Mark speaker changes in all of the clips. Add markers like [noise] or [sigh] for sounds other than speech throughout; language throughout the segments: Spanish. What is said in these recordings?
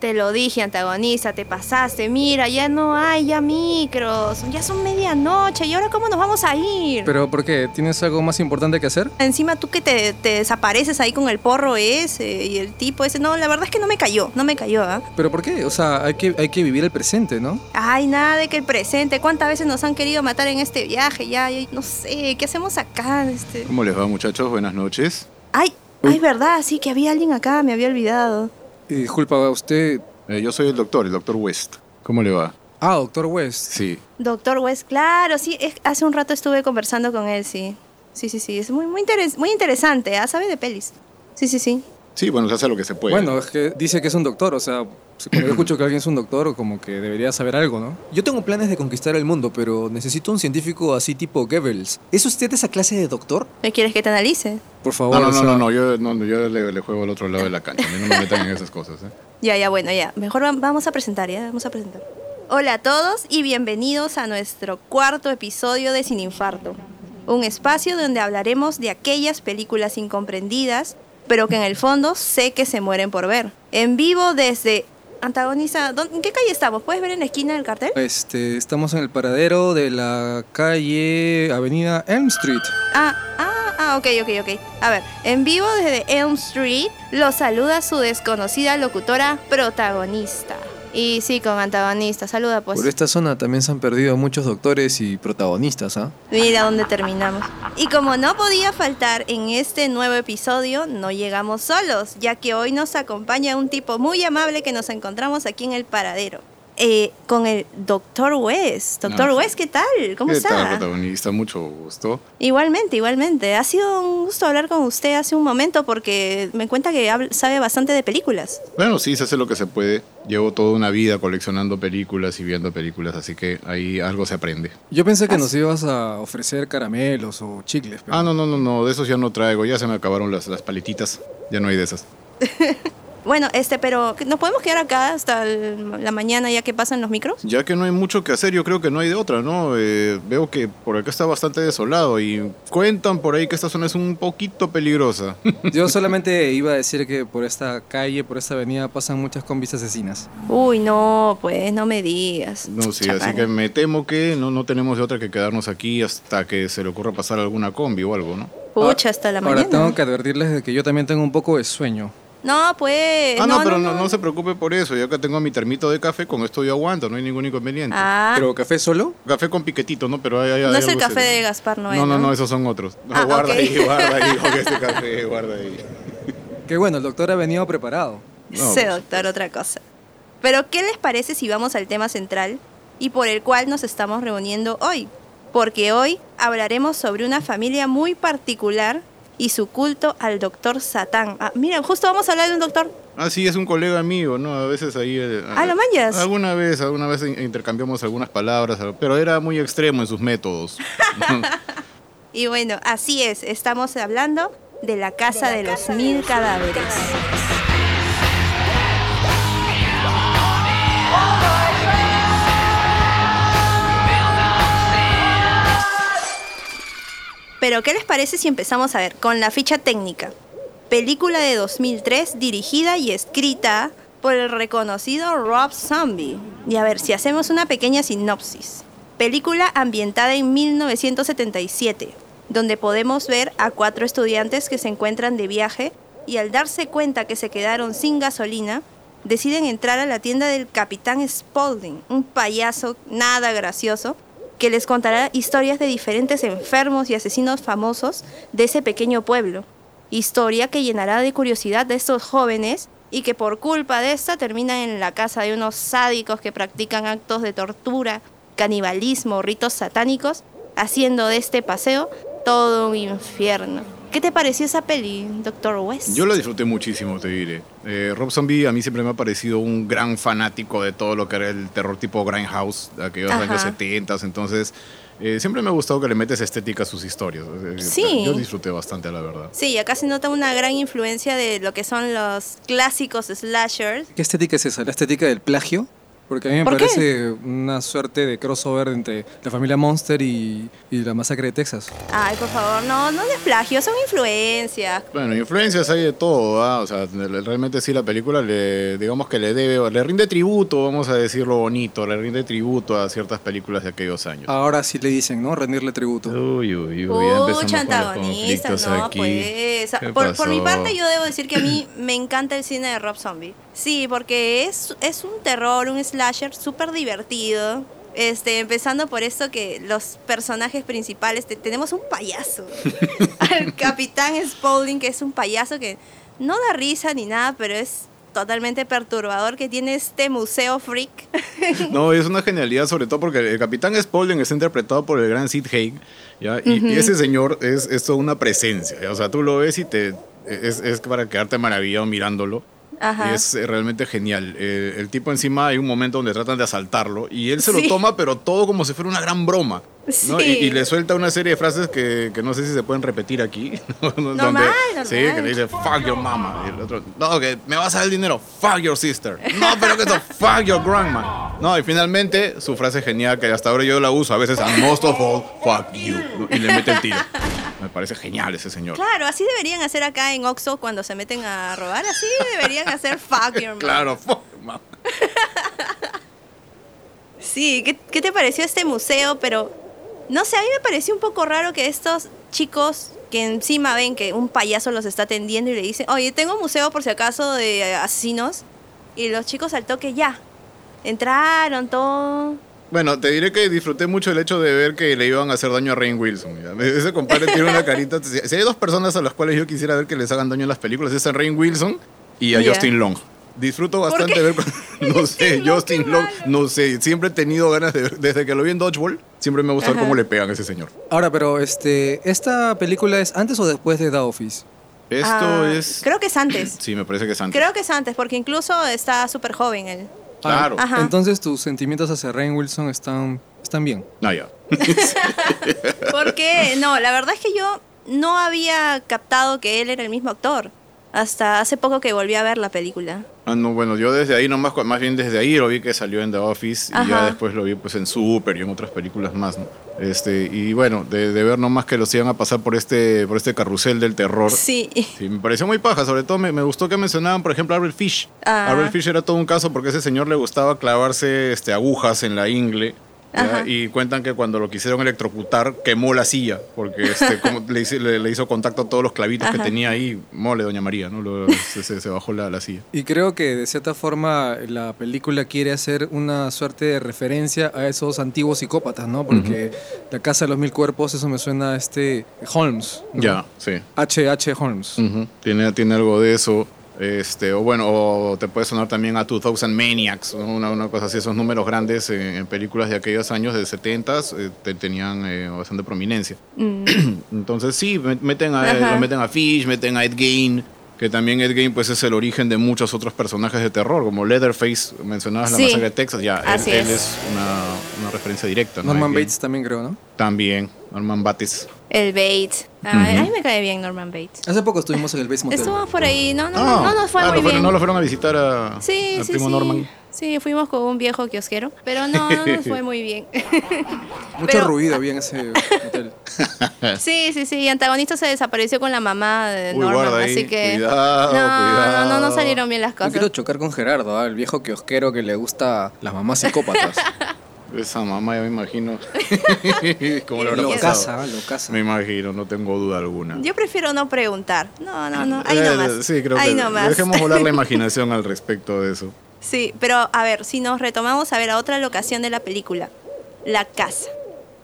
Speaker 1: Te lo dije, antagonista, te pasaste. Mira, ya no hay ya micros. Ya son medianoche. ¿Y ahora cómo nos vamos a ir?
Speaker 2: ¿Pero por qué? ¿Tienes algo más importante que hacer?
Speaker 1: Encima tú que te, te desapareces ahí con el porro ese y el tipo ese. No, la verdad es que no me cayó. No me cayó, ¿ah?
Speaker 2: ¿Pero por qué? O sea, hay que, hay que vivir el presente, ¿no?
Speaker 1: Ay, nada de que el presente. ¿Cuántas veces nos han querido matar en este viaje? Ya, ya, no sé. ¿Qué hacemos acá? Este...
Speaker 3: ¿Cómo les va, muchachos? Buenas noches.
Speaker 1: Ay, ay, verdad. Sí, que había alguien acá. Me había olvidado.
Speaker 2: Eh, Disculpa, usted.
Speaker 3: Eh, yo soy el doctor, el doctor West. ¿Cómo le va?
Speaker 2: Ah, doctor West.
Speaker 3: Sí.
Speaker 1: Doctor West, claro. Sí, es- hace un rato estuve conversando con él, sí. Sí, sí, sí. Es muy, muy, interes- muy interesante. ¿ah? Sabe de pelis. Sí, sí, sí.
Speaker 3: Sí, bueno, se hace lo que se puede.
Speaker 2: Bueno, es que dice que es un doctor, o sea, cuando yo escucho que alguien es un doctor, como que debería saber algo, ¿no?
Speaker 4: Yo tengo planes de conquistar el mundo, pero necesito un científico así tipo Goebbels. ¿Es usted esa clase de doctor?
Speaker 1: ¿Me quieres que te analice?
Speaker 2: Por favor,
Speaker 3: No, no,
Speaker 2: o
Speaker 3: no,
Speaker 2: sea,
Speaker 3: no, no, yo, no, no, yo le, le juego al otro lado de la cancha. A mí no me metan en esas cosas. ¿eh?
Speaker 1: Ya, ya, bueno, ya. Mejor va- vamos a presentar, ya. Vamos a presentar. Hola a todos y bienvenidos a nuestro cuarto episodio de Sin Infarto. Un espacio donde hablaremos de aquellas películas incomprendidas, pero que en el fondo sé que se mueren por ver. En vivo desde... Antagoniza... ¿dó- ¿En qué calle estamos? ¿Puedes ver en la esquina del cartel?
Speaker 2: Este, estamos en el paradero de la calle Avenida Elm Street.
Speaker 1: Ah, ah, ah, ok, ok, ok. A ver, en vivo desde Elm Street los saluda su desconocida locutora protagonista. Y sí, con antagonista, saluda pues.
Speaker 4: Por esta zona también se han perdido muchos doctores y protagonistas, ¿ah?
Speaker 1: Mira dónde terminamos. Y como no podía faltar en este nuevo episodio, no llegamos solos, ya que hoy nos acompaña un tipo muy amable que nos encontramos aquí en el paradero. Eh, con el doctor West. Doctor
Speaker 3: Ah.
Speaker 1: West, ¿qué tal? ¿Cómo
Speaker 3: ¿Qué
Speaker 1: está?
Speaker 3: tal, protagonista? Mucho gusto.
Speaker 1: Igualmente, igualmente. Ha sido un gusto hablar con usted hace un momento porque me cuenta que habl- sabe bastante de películas.
Speaker 3: Bueno, sí, se hace lo que se puede. Llevo toda una vida coleccionando películas y viendo películas, así que ahí algo se aprende.
Speaker 2: Yo pensé
Speaker 1: Ah,
Speaker 2: que nos ibas a ofrecer caramelos o chicles, pero
Speaker 3: Ah, no, no, no, no, de esos ya no traigo. Ya se me acabaron las, las paletitas. Ya no hay de esas.
Speaker 1: Bueno, este, pero ¿nos podemos quedar acá hasta el- la mañana ya que pasan los micros?
Speaker 3: Ya que no hay mucho que hacer, yo creo que no hay de otra, ¿no? Eh, veo que por acá está bastante desolado y cuentan por ahí que esta zona es un poquito peligrosa.
Speaker 2: yo solamente iba a decir que por esta calle, por esta avenida pasan muchas combis asesinas.
Speaker 1: Uy, no, pues no me digas.
Speaker 3: No, sí,
Speaker 1: Chaval.
Speaker 3: así que me temo que no, no tenemos de otra que quedarnos aquí hasta que se le ocurra pasar alguna combi o algo, ¿no?
Speaker 1: Pucha, hasta la
Speaker 2: Ahora
Speaker 1: mañana.
Speaker 2: tengo que advertirles de que yo también tengo un poco de sueño.
Speaker 1: No, pues.
Speaker 3: ah, no, pero no, no se preocupe por eso. Yo acá tengo mi termito de café, con esto yo aguanto, no hay ningún inconveniente.
Speaker 1: Ah,
Speaker 2: ¿Pero café solo?
Speaker 3: Café con piquetito, ¿no? Pero hay, hay-
Speaker 1: no
Speaker 3: hay
Speaker 1: es el
Speaker 3: algo
Speaker 1: café
Speaker 3: serio.
Speaker 1: de Gaspar Noé.
Speaker 3: No, no, no, esos son otros. No,
Speaker 1: Ah,
Speaker 3: [laughs] guarda
Speaker 1: ok.
Speaker 3: ahí, guarda ahí, [laughs] con este café, guarda ahí.
Speaker 2: Qué bueno, el doctor ha venido preparado.
Speaker 3: No,
Speaker 1: Sí,
Speaker 3: pues.
Speaker 1: doctor, otra cosa. Pero, ¿qué les parece si vamos al tema central y por el cual nos estamos reuniendo hoy? Porque hoy hablaremos sobre una familia muy particular y su culto al doctor Satán. Ah, mira, justo vamos a hablar de un doctor.
Speaker 3: Ah, sí, es un colega mío, ¿no? A veces ahí... eh,
Speaker 1: Ah, ¿lo manjas?
Speaker 3: Alguna vez, alguna vez in- intercambiamos algunas palabras, pero era muy extremo en
Speaker 1: [laughs]
Speaker 3: sus métodos.
Speaker 1: Y bueno, así es, estamos hablando de la casa de los mil cadáveres. Pero ¿qué les parece si empezamos a ver con la ficha técnica? Película de 2003 dirigida y escrita por el reconocido Rob Zombie. Y a ver si hacemos una pequeña sinopsis. Película ambientada en 1977, donde podemos ver a cuatro estudiantes que se encuentran de viaje y al darse cuenta que se quedaron sin gasolina, deciden entrar a la tienda del capitán Spaulding, un payaso nada gracioso, que les contará historias de diferentes enfermos y asesinos famosos de ese pequeño pueblo. Historia que llenará de curiosidad a estos jóvenes y que por culpa de esta terminan en la casa de unos sádicos que practican actos de tortura, canibalismo, ritos satánicos, haciendo de este paseo todo un infierno. ¿Qué te pareció esa peli, Doctor West?
Speaker 3: Yo la disfruté muchísimo, te diré. Eh, Rob Zombie a mí siempre me ha parecido un gran fanático de todo lo que era el terror tipo Grindhouse, de aquellos
Speaker 1: Ajá.
Speaker 3: años 70, entonces... eh, siempre me ha gustado que le metes estética a sus historias. Eh,
Speaker 1: Sí.
Speaker 3: Yo disfruté bastante, la verdad.
Speaker 1: Sí, acá se nota una gran influencia de lo que son los clásicos slashers.
Speaker 2: ¿Qué estética es esa? ¿La estética del plagio? Porque a mí me
Speaker 1: ¿Por qué?
Speaker 2: parece una suerte de crossover entre la familia Monster y, y la masacre de Texas.
Speaker 1: Ay, por favor, no, no de plagio, son influencias.
Speaker 3: Bueno, influencias hay de todo, ¿ah? o sea, le- realmente sí la película le, digamos que le debe, le rinde tributo, vamos a decirlo bonito, le rinde tributo a ciertas películas de aquellos años.
Speaker 1: Ah,
Speaker 2: Ahora sí le dicen, ¿no? Rendirle tributo.
Speaker 3: Uy, uy, uy, ya empezamos con los
Speaker 1: Pucha, antagonistas,
Speaker 3: conflictos
Speaker 1: no,
Speaker 3: aquí.
Speaker 1: pues.
Speaker 3: ¿Qué
Speaker 1: Por, por mi
Speaker 3: pasó?
Speaker 1: parte, yo debo decir que a
Speaker 3: [clears throat]
Speaker 1: mí me encanta el cine de Rob Zombie. Sí, porque es, es un terror, un slasher súper divertido. Este, empezando por esto que los personajes principales, te- tenemos un
Speaker 3: [laughs]
Speaker 1: payaso. Al capitán Spaulding, que es un payaso que no da risa ni nada, pero es totalmente perturbador, que tiene este museo freak.
Speaker 3: No, es una genialidad, sobre todo porque el Capitán Spaulding está interpretado por el gran Sid Haig, ¿ya? Y, y ese señor es, es toda una presencia, ¿ya? o sea, tú lo ves y te... Es, es para quedarte maravillado mirándolo.
Speaker 1: Ajá.
Speaker 3: Y es eh, realmente genial. Eh, el tipo encima hay un momento donde tratan de asaltarlo y él se
Speaker 1: Sí.
Speaker 3: lo toma, pero todo como si fuera una gran broma. ¿no? Y,
Speaker 1: Sí.
Speaker 3: y le suelta una serie de frases que, que no sé si se pueden repetir aquí. [laughs] ¿no? Donde-
Speaker 1: Normal,
Speaker 3: Sí,
Speaker 1: normal.
Speaker 3: que le dice, fuck your mama. Y el otro, no, que me vas a dar el dinero, fuck your sister. No, pero que eso, fuck your grandma. No, y finalmente su frase genial que hasta ahora yo la uso a veces, and most of all, fuck you. ¿no? Y le mete el tiro. Me parece genial ese señor.
Speaker 1: Claro, así deberían hacer acá en Oxxo cuando se meten a robar. Así deberían
Speaker 3: [laughs]
Speaker 1: hacer fuck your mom.
Speaker 3: Claro, fuck your mama.
Speaker 1: Sí, ¿qué, qué te pareció este museo? Pero, no sé, a mí me pareció un poco raro que estos chicos que encima ven que un payaso los está atendiendo y le dicen, oye, tengo un museo por si acaso de eh, asesinos. Y los chicos al toque ya. Entraron, todo.
Speaker 3: Bueno, te diré que disfruté mucho el hecho de ver que le iban a hacer daño a Rain Wilson. ya. [laughs] Ese compadre tiene una carita. Si si hay dos personas a las cuales yo quisiera ver que les hagan daño en las películas, es a Rain Wilson y a
Speaker 1: Ya.
Speaker 3: Justin Long. Disfruto
Speaker 1: ¿Por
Speaker 3: bastante
Speaker 1: qué? [laughs]
Speaker 3: ver. con- No sé,
Speaker 1: Justin Long, qué
Speaker 3: Justin Long,
Speaker 1: malo.
Speaker 3: no sé. Siempre he tenido ganas de ver. Desde que lo vi en Dodgeball, siempre me ha gustado
Speaker 1: Ajá.
Speaker 3: cómo le pegan a ese señor.
Speaker 2: Ahora, pero este, ¿esta película es antes o después de The Office?
Speaker 3: Esto
Speaker 1: Ah,
Speaker 3: es.
Speaker 1: Creo que es
Speaker 3: [clears throat]
Speaker 1: antes.
Speaker 3: Sí, me parece que es antes.
Speaker 1: creo que es antes, porque incluso está súper joven él.
Speaker 3: Claro.
Speaker 1: Ajá.
Speaker 2: Entonces tus sentimientos hacia Rain Wilson están, están bien.
Speaker 3: No, Ah, ya.
Speaker 1: Porque, no, la verdad es que yo no había captado que él era el mismo actor. Hasta hace poco que volví a ver la película.
Speaker 3: Ah, no, bueno, yo desde ahí nomás, más bien desde ahí lo vi que salió en The Office y
Speaker 1: Ajá.
Speaker 3: ya después lo vi pues en Super y en otras películas más, ¿no? Este, y bueno, de, de ver nomás que los iban a pasar por este, por este carrusel del terror.
Speaker 1: Sí.
Speaker 3: Sí, me pareció muy paja, sobre todo me, me gustó que mencionaban, por ejemplo, Albert Fish.
Speaker 1: Ah.
Speaker 3: Albert Fish era todo un caso porque a ese señor le gustaba clavarse este, agujas en la ingle. ¿ya?
Speaker 1: Ajá.
Speaker 3: Y cuentan que cuando lo quisieron electrocutar, quemó la silla,
Speaker 1: [laughs]
Speaker 3: porque este, como le, hice- le- le hizo contacto a todos los clavitos que
Speaker 1: Ajá.
Speaker 3: tenía ahí. Mole, doña María, ¿no? Lo- se, se- se bajó la, la silla.
Speaker 2: Y creo que de cierta forma la película quiere hacer una suerte de referencia a esos antiguos psicópatas, ¿no? Porque la casa de los mil cuerpos, eso me suena a este Holmes. ¿no?
Speaker 3: Ya, sí.
Speaker 2: H.H. Holmes.
Speaker 3: Ujú, Tiene, tiene algo de eso. Este, o bueno, o te puede sonar también a 2000 Maniacs, ¿no? una, una cosa así, esos números grandes en, en películas de aquellos años de 70s eh, te- tenían eh, bastante prominencia. Entonces sí, me- meten a,
Speaker 1: Ajá.
Speaker 3: lo meten a Fish, meten a Ed Gein, que también Ed Gein pues es el origen de muchos otros personajes de terror, como Leatherface, mencionabas la
Speaker 1: Sí.
Speaker 3: masacre de Texas, ya, él-
Speaker 1: Así
Speaker 3: él,
Speaker 1: es.
Speaker 3: es, una, una referencia directa. ¿no?
Speaker 2: Norman
Speaker 3: Ed Gein.
Speaker 2: Bates también creo, ¿no?
Speaker 3: También, Norman Bates.
Speaker 1: [coughs] El Bates. Ah, A mí me cae bien Norman Bates.
Speaker 2: Hace poco estuvimos en el Bates Motel.
Speaker 1: Estuvimos por ahí, no, no, no, no nos fue
Speaker 3: ah,
Speaker 1: muy
Speaker 3: lo fueron-
Speaker 1: bien.
Speaker 3: no lo fueron a visitar a,
Speaker 1: sí,
Speaker 3: al
Speaker 1: sí,
Speaker 3: primo
Speaker 1: sí.
Speaker 3: Norman.
Speaker 1: Sí, fuimos con un viejo kiosquero, pero no, no nos fue muy
Speaker 3: [laughs]
Speaker 1: bien.
Speaker 3: Eh.
Speaker 2: Mucho
Speaker 1: pero-
Speaker 2: ruido había en ese [laughs] hotel.
Speaker 1: sí, sí, sí, y antagonista se desapareció con la mamá de
Speaker 3: Uy,
Speaker 1: Norman,
Speaker 3: guarda ahí.
Speaker 1: así que
Speaker 3: Cuidado,
Speaker 1: no,
Speaker 3: cuidado.
Speaker 1: no, no, no salieron bien las
Speaker 4: No quiero
Speaker 1: cosas.
Speaker 4: chocar con Gerardo, ¿ah? el viejo kiosquero que le gusta las mamás
Speaker 2: [laughs]
Speaker 4: psicópatas.
Speaker 3: Esa mamá ya
Speaker 1: [laughs]
Speaker 3: me imagino. ¿Cómo lo habrá
Speaker 2: Lo
Speaker 1: Yo-
Speaker 3: pasado?
Speaker 2: casa, lo casa.
Speaker 3: Me imagino, no tengo duda alguna.
Speaker 1: Yo prefiero no preguntar. No, no, no, ahí
Speaker 3: Eh,
Speaker 1: nomás.
Speaker 3: Sí, creo
Speaker 1: ahí
Speaker 3: que
Speaker 1: nomás.
Speaker 3: dejemos volar
Speaker 1: [laughs]
Speaker 3: la imaginación al respecto de eso. [laughs]
Speaker 1: Sí, pero a ver, si nos retomamos a ver a otra locación de la película, la casa.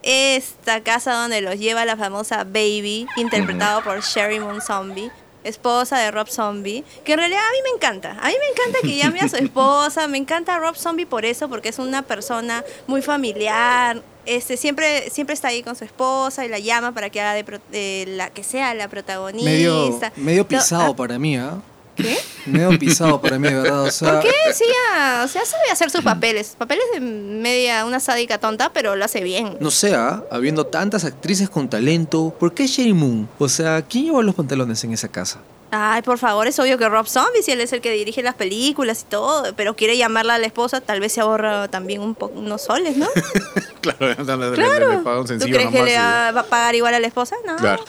Speaker 1: Esta casa donde los lleva la famosa Baby, interpretado por Sherry Moon Zombie, esposa de Rob Zombie, que en realidad a mí me encanta. A mí me encanta que llame
Speaker 2: [laughs]
Speaker 1: a su esposa, me encanta Rob Zombie por eso, porque es una persona muy familiar. Este, siempre, siempre está ahí con su esposa y la llama para que haga de, pro- de la que sea la protagonista.
Speaker 2: Medio, medio
Speaker 1: No,
Speaker 2: pisado
Speaker 1: ah,
Speaker 2: para mí, ¿ah?
Speaker 1: ¿Qué?
Speaker 2: Medio pisado para mí, de verdad. O sea,
Speaker 1: ¿Por qué? Sí, ya, o sea, sabe hacer sus papeles. Papeles de media, una sádica tonta, pero lo hace bien.
Speaker 4: No
Speaker 2: ¿ah?
Speaker 4: sea, habiendo tantas actrices con talento, ¿por qué Sherry Moon? O sea, ¿quién lleva los pantalones en esa casa?
Speaker 1: Ay, por favor, es obvio que Rob Zombie, si él es el que dirige las películas y todo, pero quiere llamarla a la esposa, tal vez se ahorra también un po- unos soles,
Speaker 3: [laughs]
Speaker 1: ¿no?
Speaker 3: Claro, o sea, le- le- le,
Speaker 1: claro.
Speaker 3: paga un
Speaker 1: ¿Tú
Speaker 3: sencillo
Speaker 1: crees que
Speaker 3: nomás
Speaker 1: le
Speaker 3: y-
Speaker 1: va va a pagar igual a la esposa? No.
Speaker 3: Claro.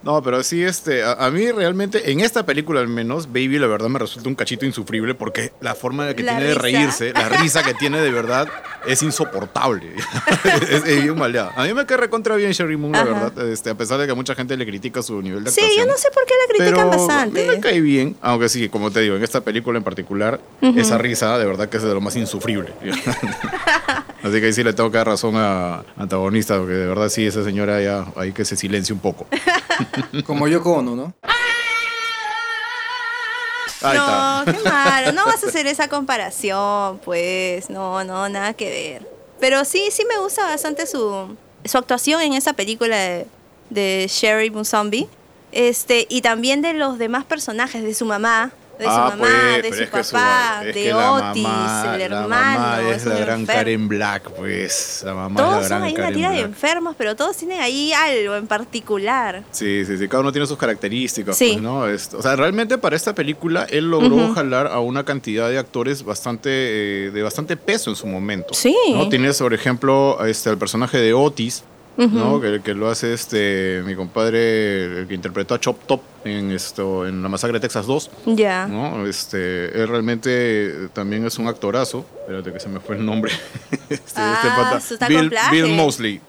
Speaker 3: No, pero sí, este, a, a mí realmente, en esta película al menos, Baby la verdad me resulta un cachito insufrible porque la forma en la que
Speaker 1: La
Speaker 3: tiene
Speaker 1: risa.
Speaker 3: de reírse, la risa que tiene de verdad, es insoportable. [laughs] es, es bien maleada. A mí me cae recontra bien Sherry Moon, la
Speaker 1: Ajá.
Speaker 3: verdad, este, a pesar de que mucha gente le critica su nivel de
Speaker 1: Sí,
Speaker 3: actuación.
Speaker 1: yo no sé por qué la
Speaker 3: Pero
Speaker 1: critican
Speaker 3: a mí me
Speaker 1: bastante.
Speaker 3: cae bien, aunque sí, como te digo, en esta película en particular, esa risa de verdad que es de lo más
Speaker 1: [laughs]
Speaker 3: insufrible. Así que ahí sí le tengo que dar razón a antagonista, porque de verdad sí, esa señora ya ahí que se silencie
Speaker 1: [laughs]
Speaker 3: un poco.
Speaker 2: Como Yoko Ono, ¿no?
Speaker 3: Ahí
Speaker 1: No,
Speaker 3: está.
Speaker 1: qué malo. No
Speaker 3: [laughs]
Speaker 1: vas a hacer esa comparación, pues. No, no, nada que ver. Pero sí, sí me gusta bastante su, su actuación en esa película de, de Sherry Moon Zombie. Este, y también de los demás personajes, de su mamá, de su
Speaker 3: Ah,
Speaker 1: mamá, de
Speaker 3: pues, pero
Speaker 1: su
Speaker 3: es que su-
Speaker 1: papá,
Speaker 3: es que
Speaker 1: de
Speaker 3: la
Speaker 1: Otis,
Speaker 3: mamá-
Speaker 1: el hermano.
Speaker 3: La mamá es
Speaker 1: un
Speaker 3: la gran
Speaker 1: enfermo.
Speaker 3: Karen Black, pues. La mamá
Speaker 1: Todos son
Speaker 3: es la gran
Speaker 1: ahí una
Speaker 3: Karen
Speaker 1: tira de
Speaker 3: Black.
Speaker 1: enfermos, pero todos tienen ahí algo en particular.
Speaker 3: Sí, sí, sí, cada uno tiene sus características,
Speaker 1: Sí.
Speaker 3: pues, ¿no? Es- o sea, realmente para esta película él logró jalar a una cantidad de actores bastante, eh, de bastante peso en su momento.
Speaker 1: Sí.
Speaker 3: ¿no? Tienes, por ejemplo, este, el personaje de Otis, ¿no? Que, que lo hace este, mi compadre, el que interpretó a Chop Top en, esto, en La Masacre de Texas 2.
Speaker 1: Ya.
Speaker 3: ¿no? Este, él realmente eh, también es un actorazo. Espérate que se me fue el nombre. [laughs] Este, este
Speaker 1: Ah,
Speaker 3: pata.
Speaker 1: su taco
Speaker 3: Bill,
Speaker 1: plaje. [laughs]
Speaker 3: Bill Mosley.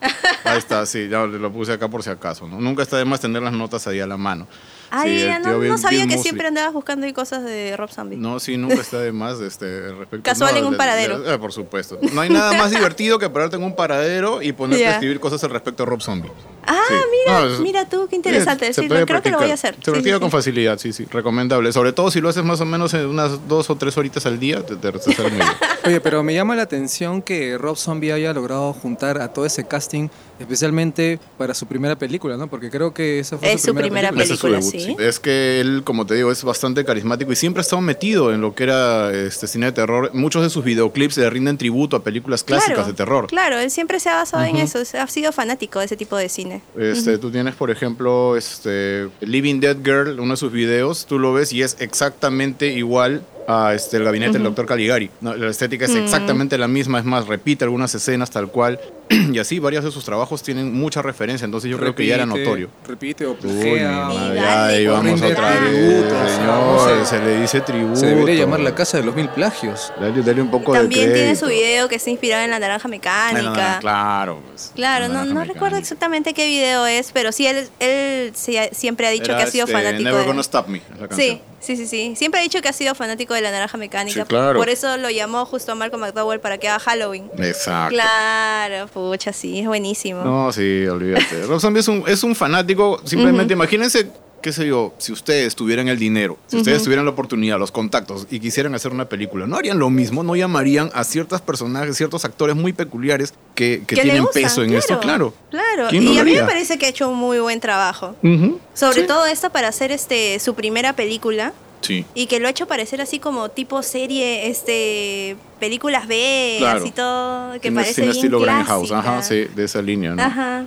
Speaker 3: Ahí está, sí, ya lo puse acá por si acaso. ¿no? Nunca está de más tener las notas ahí a la mano.
Speaker 1: Ay,
Speaker 3: Sí, el
Speaker 1: ya
Speaker 3: tío
Speaker 1: no,
Speaker 3: Bill-
Speaker 1: no sabía
Speaker 3: Bill
Speaker 1: que
Speaker 3: Mosley.
Speaker 1: siempre andabas buscando ahí cosas de Rob Zombie.
Speaker 3: No, sí, nunca está de más este, respecto
Speaker 1: Casual
Speaker 3: no,
Speaker 1: en un
Speaker 3: de-
Speaker 1: paradero.
Speaker 3: de- eh, por supuesto. No hay nada más [laughs] divertido que pararte en un paradero y ponerte
Speaker 1: Ya.
Speaker 3: a escribir cosas al respecto a Rob Zombie.
Speaker 1: Ah,
Speaker 3: Sí.
Speaker 1: mira,
Speaker 3: No, es-
Speaker 1: mira tú, qué interesante.
Speaker 3: Eh, se
Speaker 1: Sí,
Speaker 3: puede
Speaker 1: lo- creo que lo voy a
Speaker 3: practicar.
Speaker 1: hacer. Sí,
Speaker 3: Se practica
Speaker 1: sí,
Speaker 3: con
Speaker 1: sí.
Speaker 3: facilidad, sí, sí. Recomendable. Sobre todo si lo haces más o menos en unas dos o tres horitas al día, te, te, te sale muy bien.
Speaker 2: Oye, pero me llama la atención que Rob Zombie haya logrado juntar a todo ese casting, especialmente para su primera película, ¿no? Porque creo que esa fue
Speaker 1: Es
Speaker 2: su
Speaker 1: [laughs]
Speaker 2: primera,
Speaker 1: película.
Speaker 3: Ese es su
Speaker 1: película,
Speaker 3: debut,
Speaker 1: sí.
Speaker 3: sí. Es que él, como te digo, es bastante carismático y siempre ha estado metido en lo que era este cine de terror. Muchos de sus videoclips le rinden tributo a películas clásicas
Speaker 1: Claro,
Speaker 3: de terror.
Speaker 1: Claro, él siempre se ha basado en eso. Ha sido fanático de ese tipo de cine.
Speaker 3: Este, Tú tienes, por ejemplo, este, Living Dead Girl, uno de sus videos, tú lo ves y es exactamente igual a este, el gabinete del doctor Caligari. No, la estética
Speaker 1: Mm.
Speaker 3: es exactamente la misma, es más, repite algunas escenas tal cual. [clears throat] y así, varios de sus trabajos tienen mucha referencia, entonces yo creo que ya era notorio.
Speaker 2: Repite o
Speaker 3: Uy,
Speaker 2: plagea.
Speaker 3: mi
Speaker 1: Y
Speaker 3: madre,
Speaker 1: dale,
Speaker 3: ahí vamos
Speaker 2: rinde
Speaker 3: otra vez,
Speaker 2: tributo, o sea,
Speaker 3: señor,
Speaker 2: no sé.
Speaker 3: se le dice tributo.
Speaker 2: Se debería llamar la casa de los mil plagios.
Speaker 3: Dale, dale un poco de
Speaker 1: También tiene
Speaker 3: crédito.
Speaker 1: su video que se inspirado en La Naranja
Speaker 3: Ah, no,
Speaker 1: Mecánica.
Speaker 3: no, no, claro. pues,
Speaker 1: Claro,
Speaker 3: la
Speaker 1: no,
Speaker 3: naranja
Speaker 1: no recuerdo
Speaker 3: mecánica.
Speaker 1: exactamente qué video es, pero sí, él, él se- siempre ha dicho
Speaker 3: Era,
Speaker 1: que ha sido
Speaker 3: este,
Speaker 1: fanático.
Speaker 3: Never
Speaker 1: de-
Speaker 3: Gonna Stop Me, es la canción.
Speaker 1: Sí, sí, sí, sí. Siempre ha dicho que ha sido fanático de la naranja mecánica.
Speaker 3: Sí, claro.
Speaker 1: Por eso lo llamó justo a Marco McDowell para que haga Halloween.
Speaker 3: Exacto.
Speaker 1: Claro, pucha, sí, es buenísimo.
Speaker 3: No, sí, olvídate. Rob Zombie es un, es un fanático. Simplemente imagínense, qué sé yo, si ustedes tuvieran el dinero, si ustedes tuvieran la oportunidad, los contactos y quisieran hacer una película, ¿no harían lo mismo? ¿No llamarían a ciertos personajes, ciertos actores muy peculiares que,
Speaker 1: Que
Speaker 3: que
Speaker 1: le
Speaker 3: tienen
Speaker 1: gusta,
Speaker 3: peso en esto? Claro.
Speaker 1: Claro,
Speaker 3: ¿Quién no
Speaker 1: y
Speaker 3: lo
Speaker 1: a mí me
Speaker 3: haría?
Speaker 1: parece que ha hecho un muy buen trabajo.
Speaker 3: Ujú.
Speaker 1: Sobre
Speaker 3: Sí.
Speaker 1: todo esto para hacer este su primera película
Speaker 3: Sí.
Speaker 1: y que lo ha hecho parecer así como tipo serie, este películas B,
Speaker 3: Claro.
Speaker 1: así todo, que
Speaker 3: Tiene-
Speaker 1: parece
Speaker 3: tiene
Speaker 1: bien
Speaker 3: estilo Grindhouse, ajá,
Speaker 1: clásica.
Speaker 3: sí, de esa línea, ¿no?
Speaker 1: Ajá.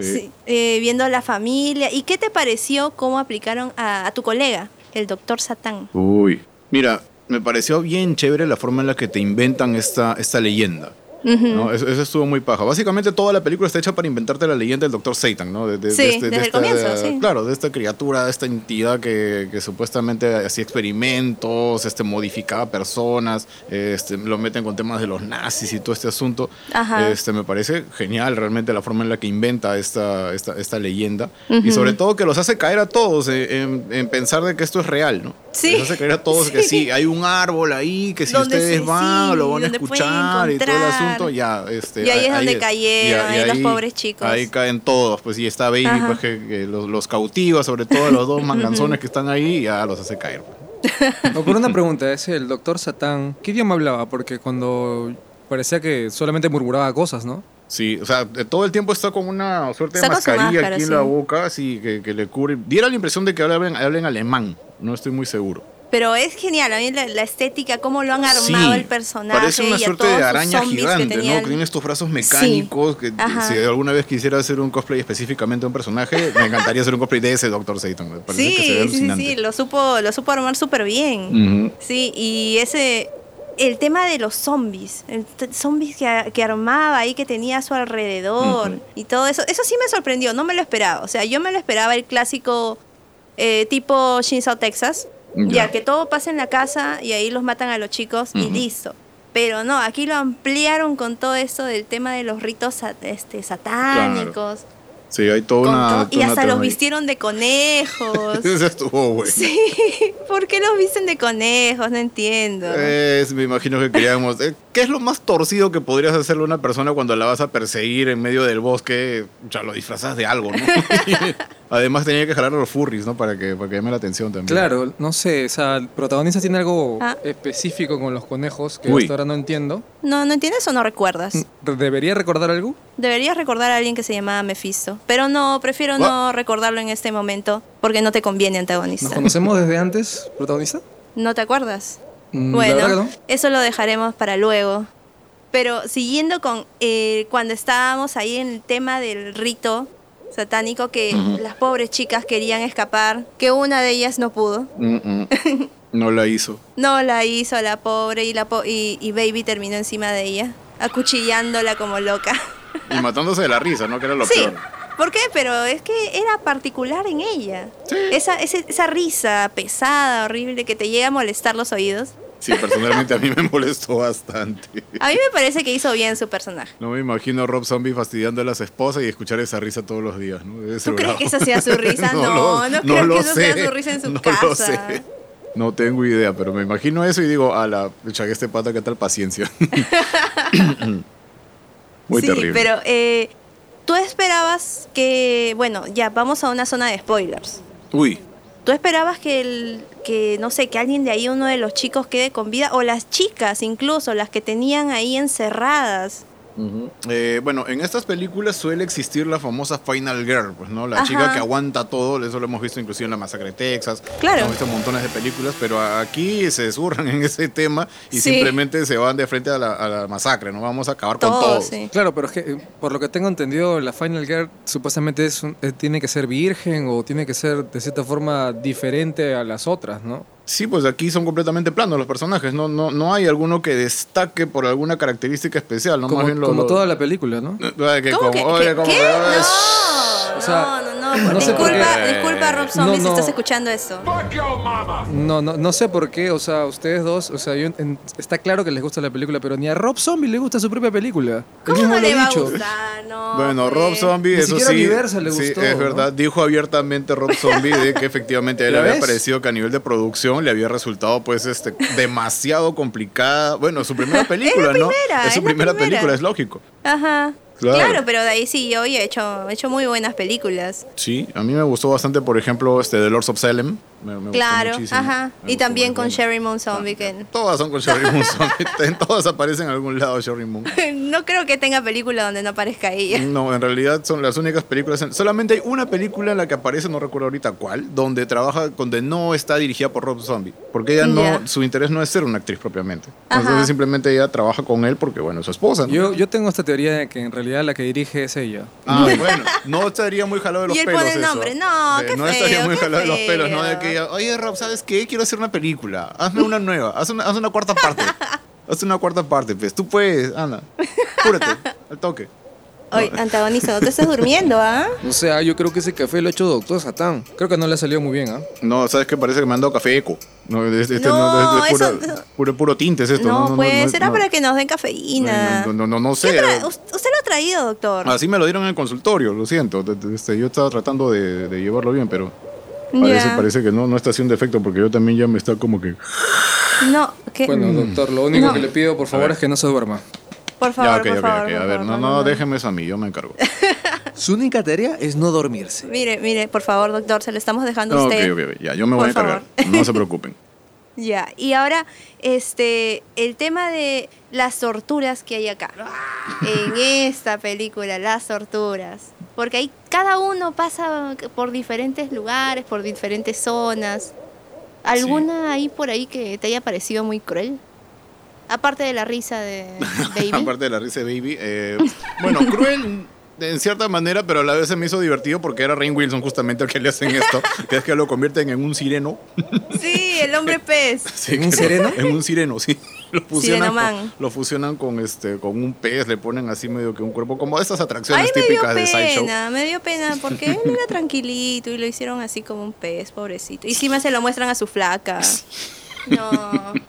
Speaker 3: Sí.
Speaker 1: Sí, eh, viendo a la familia. ¿Y qué te pareció cómo aplicaron a, a tu colega, el doctor Satán?
Speaker 3: Uy. Mira, me pareció bien chévere la forma en la que te inventan esta, esta leyenda. ¿no? Eso, eso estuvo muy paja. Básicamente toda la película está hecha para inventarte la leyenda del Dr. Satan, ¿no? De- de- de
Speaker 1: Sí, desde el comienzo, sí.
Speaker 3: Claro, de esta criatura, de esta entidad que, que supuestamente hacía experimentos, este, modificaba personas, este, lo meten con temas de los nazis y todo este asunto.
Speaker 1: Ajá.
Speaker 3: Este, me parece genial realmente la forma en la que inventa esta, esta, esta leyenda. Y sobre todo que los hace caer a todos eh, en, en pensar de que esto es real, ¿no?
Speaker 1: Sí.
Speaker 3: Los hace caer a todos que
Speaker 1: Sí.
Speaker 3: sí, hay un árbol ahí, que si
Speaker 1: Donde
Speaker 3: ustedes
Speaker 1: sí,
Speaker 3: van,
Speaker 1: sí,
Speaker 3: lo van a
Speaker 1: donde pueden
Speaker 3: escuchar y todo el
Speaker 1: encontrar.
Speaker 3: asunto, ya. Este,
Speaker 1: Y ahí es donde cayeron, ahí los pobres chicos.
Speaker 3: Ahí caen todos, pues, y está Baby,
Speaker 1: Ajá.
Speaker 3: pues, que, que los, los cautiva, sobre todo los
Speaker 1: [laughs]
Speaker 3: dos manganzones que están ahí, y ya los hace caer. pues.
Speaker 2: No, por una pregunta, es el doctor Satán. ¿Qué idioma hablaba? Porque cuando parecía que solamente murmuraba cosas, ¿no?
Speaker 3: Sí, o sea, de- todo el tiempo está con una suerte de
Speaker 1: Está con su
Speaker 3: mascarilla
Speaker 1: máscara,
Speaker 3: aquí en
Speaker 1: sí.
Speaker 3: la boca, así que, que le cubre. Diera la impresión de que habla en, habla en alemán, no estoy muy seguro.
Speaker 1: Pero es genial, a mí la, la estética, cómo lo han armado el personaje.
Speaker 3: Parece una
Speaker 1: y a
Speaker 3: suerte
Speaker 1: todos
Speaker 3: de
Speaker 1: sus
Speaker 3: araña
Speaker 1: zombies que
Speaker 3: gigante,
Speaker 1: tenía
Speaker 3: ¿no?
Speaker 1: el-
Speaker 3: Que tiene estos brazos mecánicos. Que
Speaker 1: Ajá.
Speaker 3: si alguna vez quisiera hacer un cosplay específicamente de un personaje, me encantaría hacer un cosplay de ese Dr. Satan. Me parece
Speaker 1: Sí,
Speaker 3: que se ve
Speaker 1: sí, sí,
Speaker 3: alucinante. Mm.
Speaker 1: sí, lo supo, lo supo armar súper bien.
Speaker 3: Ujú.
Speaker 1: Sí, y ese. El tema de los zombies, el t- zombies que, a- que armaba ahí, que tenía a su alrededor y todo eso, eso sí me sorprendió, no me lo esperaba. O sea, yo me lo esperaba el clásico eh, tipo Shinzo, Texas,
Speaker 3: Ya.
Speaker 1: ya que todo pasa en la casa y ahí los matan a los chicos y
Speaker 3: Ujú.
Speaker 1: listo. Pero no, aquí lo ampliaron con todo eso del tema de los ritos sa- este, satánicos.
Speaker 3: Sí, hay toda
Speaker 1: con
Speaker 3: una.
Speaker 1: todo- y
Speaker 3: una
Speaker 1: hasta
Speaker 3: trama
Speaker 1: los
Speaker 3: ahí.
Speaker 1: vistieron de conejos.
Speaker 3: [laughs] Ese estuvo, güey.
Speaker 1: Sí, ¿por qué los visten de conejos? No entiendo.
Speaker 2: Eh.
Speaker 3: Es, me imagino que queríamos. eh, ¿Qué es lo más torcido que podrías hacerle a una persona cuando la vas a perseguir en medio del bosque? Ya lo disfrazas de algo, ¿no? [laughs] Además tenía que jalar a los furries, ¿no? Para que, para que llame la atención también.
Speaker 2: Claro, no sé, o sea, el protagonista tiene algo
Speaker 1: Ah.
Speaker 2: específico con los conejos que
Speaker 3: Uy.
Speaker 2: hasta ahora no entiendo.
Speaker 1: No, ¿no entiendes o no recuerdas?
Speaker 2: Mm. ¿Debería recordar algo?
Speaker 1: Deberías recordar a alguien que se llamaba Mephisto. Pero no, prefiero
Speaker 3: What?
Speaker 1: no recordarlo en este momento porque no te conviene,
Speaker 2: ¿Nos
Speaker 1: antagonista.
Speaker 2: conocemos desde antes, protagonista?
Speaker 1: ¿No te acuerdas?
Speaker 2: Mm, la verdad
Speaker 1: Bueno,
Speaker 2: que no.
Speaker 1: eso lo dejaremos para luego. Pero siguiendo con eh, cuando estábamos ahí en el tema del rito satánico, que las pobres chicas querían escapar, que una de ellas no pudo.
Speaker 3: Mm, mm. No la hizo.
Speaker 1: No la hizo la pobre y, la po- y, y Baby terminó encima de ella, acuchillándola como loca.
Speaker 3: Y matándose de la risa, ¿no? Que era lo
Speaker 1: sí,
Speaker 3: peor.
Speaker 1: ¿por qué? Pero es que era particular en ella. Esa, ese- esa risa pesada, horrible, que te llega a molestar los oídos.
Speaker 3: Sí, personalmente a mí me molestó bastante.
Speaker 1: A mí me parece que hizo bien su personaje.
Speaker 3: No me imagino a Rob Zombie fastidiando a las esposas y escuchar esa risa todos los días, ¿no? Debe ser
Speaker 1: ¿Tú crees
Speaker 3: bravo.
Speaker 1: que esa sea su
Speaker 3: [laughs]
Speaker 1: risa? No, no creo que eso sea su risa en su
Speaker 3: no Lo
Speaker 1: casa.
Speaker 3: sé. No tengo idea, pero me imagino eso y digo, a la, pucha, que este pata, qué tal paciencia. [laughs] Muy
Speaker 1: sí,
Speaker 3: terrible.
Speaker 1: pero eh, tú esperabas que, bueno, ya vamos a una zona de spoilers.
Speaker 3: Uy,
Speaker 1: ¿Tú esperabas que, el, que, no sé, que alguien de ahí, uno de los chicos quede con vida? O las chicas incluso, las que tenían ahí encerradas.
Speaker 3: Eh, bueno, en estas películas suele existir la famosa Final Girl, pues, ¿no? La
Speaker 1: Ajá.
Speaker 3: chica que aguanta todo, eso lo hemos visto inclusive en la masacre de Texas.
Speaker 1: Claro.
Speaker 3: Hemos visto montones de películas, pero a- aquí se surran en ese tema y
Speaker 1: Sí.
Speaker 3: simplemente se van de frente a la, a la masacre, ¿no? Vamos a acabar con
Speaker 1: Todos,
Speaker 3: todos.
Speaker 1: sí.
Speaker 2: Claro, pero es que, eh, por lo que tengo entendido, la Final Girl supuestamente es un- eh, tiene que ser virgen o tiene que ser de cierta forma diferente a las otras, ¿no?
Speaker 3: Sí, pues aquí son completamente planos los personajes, no, no, no hay alguno que destaque por alguna característica especial, ¿no? Más
Speaker 2: Como,
Speaker 3: bien lo-
Speaker 2: como
Speaker 3: lo-
Speaker 2: toda la película, ¿no?
Speaker 3: Ay, que
Speaker 1: ¿Cómo
Speaker 3: como-
Speaker 1: que,
Speaker 3: oye,
Speaker 1: que-
Speaker 3: como-
Speaker 1: ¿Qué?
Speaker 3: ay,
Speaker 1: No,
Speaker 2: O sea,
Speaker 1: no, no, no.
Speaker 2: no sé por
Speaker 1: disculpa,
Speaker 3: qué.
Speaker 1: disculpa, Rob Zombie, si
Speaker 2: no.
Speaker 1: estás escuchando eso.
Speaker 2: No, no, no sé por qué, o sea, ustedes dos, o sea, yo en- está claro que les gusta la película, pero ni a Rob Zombie le gusta su propia película. Él
Speaker 1: ¿Cómo
Speaker 2: mismo
Speaker 1: no
Speaker 2: lo
Speaker 1: le
Speaker 2: ha
Speaker 1: va
Speaker 2: dicho.
Speaker 1: a gustar? No,
Speaker 3: Bueno,
Speaker 1: pues.
Speaker 3: Rob Zombie,
Speaker 2: Ni
Speaker 3: eso
Speaker 2: siquiera
Speaker 3: sí.
Speaker 2: Universal le
Speaker 3: sí,
Speaker 2: gustó,
Speaker 3: es
Speaker 2: ¿no?
Speaker 3: verdad. Dijo abiertamente Rob Zombie de
Speaker 2: [laughs]
Speaker 3: que efectivamente a él
Speaker 2: ¿Ya
Speaker 3: había
Speaker 2: ves?
Speaker 3: parecido que a nivel de producción le había resultado, pues, este, demasiado complicada. Bueno, su
Speaker 1: [laughs]
Speaker 3: primera película, ¿no?
Speaker 1: primera,
Speaker 3: es su
Speaker 1: es la
Speaker 3: primera,
Speaker 1: primera.
Speaker 3: película, es lógico.
Speaker 1: Ajá.
Speaker 3: Claro.
Speaker 1: Claro. pero de ahí sí, yo he hecho, he hecho muy buenas películas.
Speaker 3: Sí, a mí me gustó bastante, por ejemplo, este The Lords of Salem. Me- me gustó
Speaker 1: Claro,
Speaker 3: muchísimo.
Speaker 1: ajá.
Speaker 3: Me
Speaker 1: Y
Speaker 3: gustó
Speaker 1: también con
Speaker 3: bastante.
Speaker 1: Sherry Moon
Speaker 3: Ah,
Speaker 1: Zombie, que [laughs]
Speaker 3: Todas son con Sherry Moon [laughs] Zombie. En todas aparece en algún lado Sherry Moon.
Speaker 1: no creo que tenga película donde no aparezca ella.
Speaker 3: No, en realidad son las únicas películas. en- solamente hay una película en la que aparece, no recuerdo ahorita cuál, donde trabaja, donde no está dirigida por Rob Zombie. Porque ella no,
Speaker 1: Ya.
Speaker 3: su interés no es ser una actriz propiamente.
Speaker 1: Ajá.
Speaker 3: Entonces simplemente ella trabaja con él porque, bueno, es su esposa. ¿no?
Speaker 2: Yo, yo tengo esta teoría de que en realidad la que dirige es ella.
Speaker 3: Ah,
Speaker 1: [laughs]
Speaker 3: bueno, no estaría muy jalado de los
Speaker 1: Y él
Speaker 3: pelos.
Speaker 1: pone el
Speaker 3: eso. Eh,
Speaker 1: nombre. No, qué
Speaker 3: No estaría
Speaker 1: feo,
Speaker 3: muy
Speaker 1: qué
Speaker 3: jalado de los pelos, ¿no? De
Speaker 1: feo.
Speaker 3: que ella, oye, Rob, ¿sabes qué? Quiero hacer una película. Hazme una nueva. Haz una, haz una cuarta
Speaker 1: [laughs]
Speaker 3: parte. haz una cuarta parte, pues. Tú puedes, anda. Púrate,
Speaker 1: [laughs]
Speaker 3: al toque.
Speaker 1: Oye, antagonista,
Speaker 3: [laughs]
Speaker 1: no te estás durmiendo, ¿ah?
Speaker 2: O sea, yo creo que ese café lo ha hecho Doctor Satán. Creo que no le ha salido muy bien, ¿ah?
Speaker 3: No, sabes que parece que me han dado café eco. No, es- este no,
Speaker 1: No,
Speaker 3: es- es
Speaker 1: eso-
Speaker 3: pura- puro, puro tinte es esto.
Speaker 1: No, pues
Speaker 3: es-
Speaker 1: será
Speaker 3: no.
Speaker 1: para que nos den
Speaker 3: No,
Speaker 1: cafeína.
Speaker 3: No, eh. Ah, no, no, no
Speaker 1: ¿Qué
Speaker 3: sé.
Speaker 1: tra- us- ¿Usted lo ha traído, doctor?
Speaker 3: Así me lo dieron en el consultorio, lo siento. De- de- este, yo estaba tratando de, de llevarlo bien, pero parece,
Speaker 1: Ya.
Speaker 3: parece que no, no está haciendo efecto porque yo también ya me está como que.
Speaker 1: No, ¿qué?
Speaker 2: Bueno, doctor, lo único
Speaker 1: No.
Speaker 2: que le pido, por favor, es que no se duerma.
Speaker 1: por favor,
Speaker 3: ya, ok,
Speaker 1: por
Speaker 3: ok,
Speaker 1: favor.
Speaker 3: ok.
Speaker 1: por
Speaker 3: A ver,
Speaker 1: favor,
Speaker 3: no, no, déjeme eso a mí, yo me
Speaker 1: [laughs]
Speaker 3: encargo.
Speaker 4: Su única tarea es no dormirse.
Speaker 1: Mire, mire, por favor, doctor, se lo estamos dejando a
Speaker 3: No, ok,
Speaker 1: usted.
Speaker 3: ok, ok, ya, yo me voy a
Speaker 1: Por
Speaker 3: encargar.
Speaker 1: favor. [laughs]
Speaker 3: No se preocupen.
Speaker 1: Ya, y ahora, este, el tema de las torturas que hay acá. En esta película, las torturas. Porque ahí cada uno pasa por diferentes lugares, por diferentes zonas. ¿Alguna ahí por ahí que te haya parecido muy cruel? Aparte de la risa de Baby.
Speaker 3: [laughs] Aparte de la risa de Baby. eh, bueno, cruel en cierta manera, pero a la vez se me hizo divertido porque era Rain Wilson justamente el que le hacen
Speaker 1: [laughs]
Speaker 3: esto, que es que lo convierten en un sireno.
Speaker 1: sí, el hombre pez.
Speaker 3: Sí,
Speaker 4: ¿En un
Speaker 3: que-
Speaker 4: sereno?
Speaker 3: En un sireno,
Speaker 1: [laughs]
Speaker 3: sí. Lo fusionan,
Speaker 1: Sirenoman.
Speaker 3: con, lo fusionan con este con un pez, le ponen así medio que un cuerpo, como estas
Speaker 1: Ay,
Speaker 3: atracciones
Speaker 1: me dio
Speaker 3: típicas de Sideshow.
Speaker 1: pena, me dio pena porque él era
Speaker 3: [laughs]
Speaker 1: tranquilito y lo hicieron así como un pez, pobrecito. Y encima se lo muestran a su
Speaker 3: [laughs]
Speaker 1: flaca. No,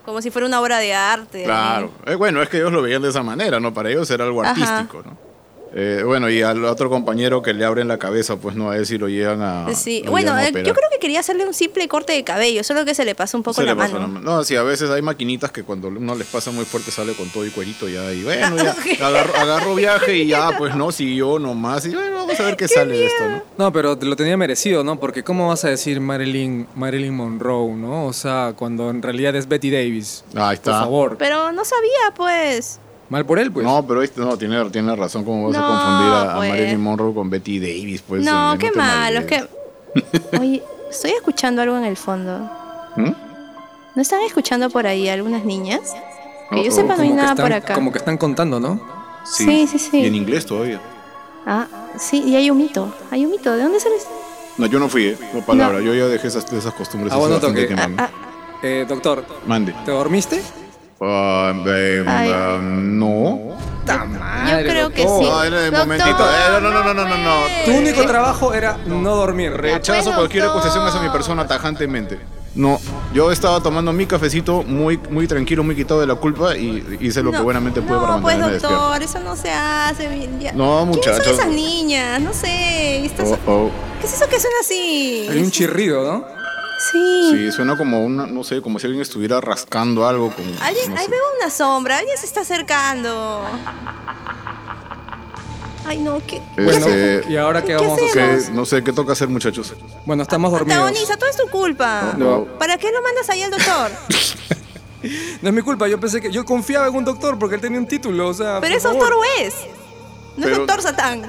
Speaker 1: como si fuera una obra de arte.
Speaker 3: Claro. Eh, bueno, es que ellos lo veían de esa manera, ¿no? Para ellos era algo
Speaker 1: Ajá.
Speaker 3: artístico, ¿no? Eh, bueno, y al otro compañero que le abren la cabeza, pues no, a él si lo llegan a.
Speaker 1: Sí,
Speaker 3: lo
Speaker 1: bueno,
Speaker 3: llegan a
Speaker 1: eh,
Speaker 3: operar.
Speaker 1: yo creo que quería hacerle un simple corte de cabello, solo que se le pasó un poco
Speaker 3: Se
Speaker 1: la
Speaker 3: le pasa
Speaker 1: mano.
Speaker 3: la mano. No, sí, a veces hay maquinitas que cuando uno les pasa muy fuerte sale con todo y cuerito ya. Y bueno,
Speaker 1: [laughs]
Speaker 3: ya agarro, agarro viaje y ya, pues no, siguió nomás. Y bueno, vamos a ver qué, sale de esto, ¿no?
Speaker 2: No, pero te lo tenía merecido, ¿no? Porque ¿cómo vas a decir Marilyn, Marilyn Monroe, ¿no? O sea, cuando en realidad es Betty Davis.
Speaker 3: Ahí está.
Speaker 2: Por favor.
Speaker 1: Pero no sabía, pues.
Speaker 2: Mal por él, pues.
Speaker 3: No, pero este, no, tiene, tiene razón. ¿Cómo vas
Speaker 1: No,
Speaker 3: a confundir a, a
Speaker 1: pues.
Speaker 3: Marilyn Monroe con Betty Davis? Pues,
Speaker 1: no,
Speaker 3: eh,
Speaker 1: qué
Speaker 3: te
Speaker 1: malo, es
Speaker 3: malvives.
Speaker 1: que.
Speaker 3: [laughs]
Speaker 1: Oye, estoy escuchando algo en el fondo.
Speaker 3: ¿Mm?
Speaker 1: ¿No están escuchando por ahí algunas niñas? Que yo
Speaker 3: Uh-oh,
Speaker 1: sepa, no hay
Speaker 2: Como que
Speaker 1: nada
Speaker 2: están-
Speaker 1: por acá.
Speaker 2: Como que están contando, ¿no?
Speaker 1: Sí, sí, sí.
Speaker 3: Y en inglés todavía.
Speaker 1: Ah, sí, y hay un mito. Hay un mito. ¿De dónde sale? esto?
Speaker 3: No, yo no fui, ¿eh? No, palabra. Yo ya dejé esas, esas costumbres.
Speaker 2: Ah,
Speaker 3: hace
Speaker 2: bueno,
Speaker 3: bastante
Speaker 2: toque.
Speaker 3: tiempo.
Speaker 1: Ah,
Speaker 2: Eh, doctor,
Speaker 3: Mande.
Speaker 2: ¿te dormiste?
Speaker 3: Ah, eh,
Speaker 1: Ay.
Speaker 3: ah, no.
Speaker 1: Yo creo que sí.
Speaker 3: No, Ah, era el
Speaker 1: Doctor,
Speaker 3: momentito. Eh, no, no, no, no, no, no.
Speaker 2: Tu
Speaker 1: Eh.
Speaker 2: único trabajo era no dormir.
Speaker 3: Rechazo
Speaker 1: bueno,
Speaker 3: cualquier
Speaker 1: doctor.
Speaker 3: acusación hacia mi persona tajantemente. No, yo estaba tomando mi cafecito muy, muy tranquilo, muy quitado de la culpa y hice lo que
Speaker 1: No,
Speaker 3: buenamente pude para
Speaker 1: No, pues
Speaker 3: mantenerme despierto.
Speaker 1: doctor, eso no se hace. bien, ya.
Speaker 3: No,
Speaker 1: ¿Quiénes
Speaker 3: muchachos.
Speaker 1: son esas niñas? No sé. estas-
Speaker 3: Oh, oh.
Speaker 1: ¿Qué es eso que suena así?
Speaker 2: Hay un chirrido, ¿no?
Speaker 1: Sí.
Speaker 3: Sí, suena como una, no sé, como si alguien estuviera rascando algo. Como,
Speaker 1: Alguien,
Speaker 3: no
Speaker 1: ahí
Speaker 3: sé.
Speaker 1: veo una sombra. Alguien se está acercando. Ay, no, qué.
Speaker 2: Bueno,
Speaker 3: Este,
Speaker 2: ¿y ahora qué
Speaker 1: ¿qué
Speaker 2: vamos a hacer?
Speaker 3: ¿qué-
Speaker 1: vemos.
Speaker 3: no sé, ¿qué toca hacer, muchachos?
Speaker 2: Bueno, estamos dormidos.
Speaker 1: Protagoniza, todo es tu culpa.
Speaker 3: No.
Speaker 1: ¿Para qué lo mandas ahí al
Speaker 3: [laughs]
Speaker 1: doctor?
Speaker 2: No es mi culpa, yo pensé que yo confiaba en un doctor porque él tenía un título, o sea.
Speaker 1: Pero
Speaker 2: por
Speaker 1: es doctor
Speaker 2: favor.
Speaker 1: Wes. No es
Speaker 3: Pero-
Speaker 1: doctor Satán.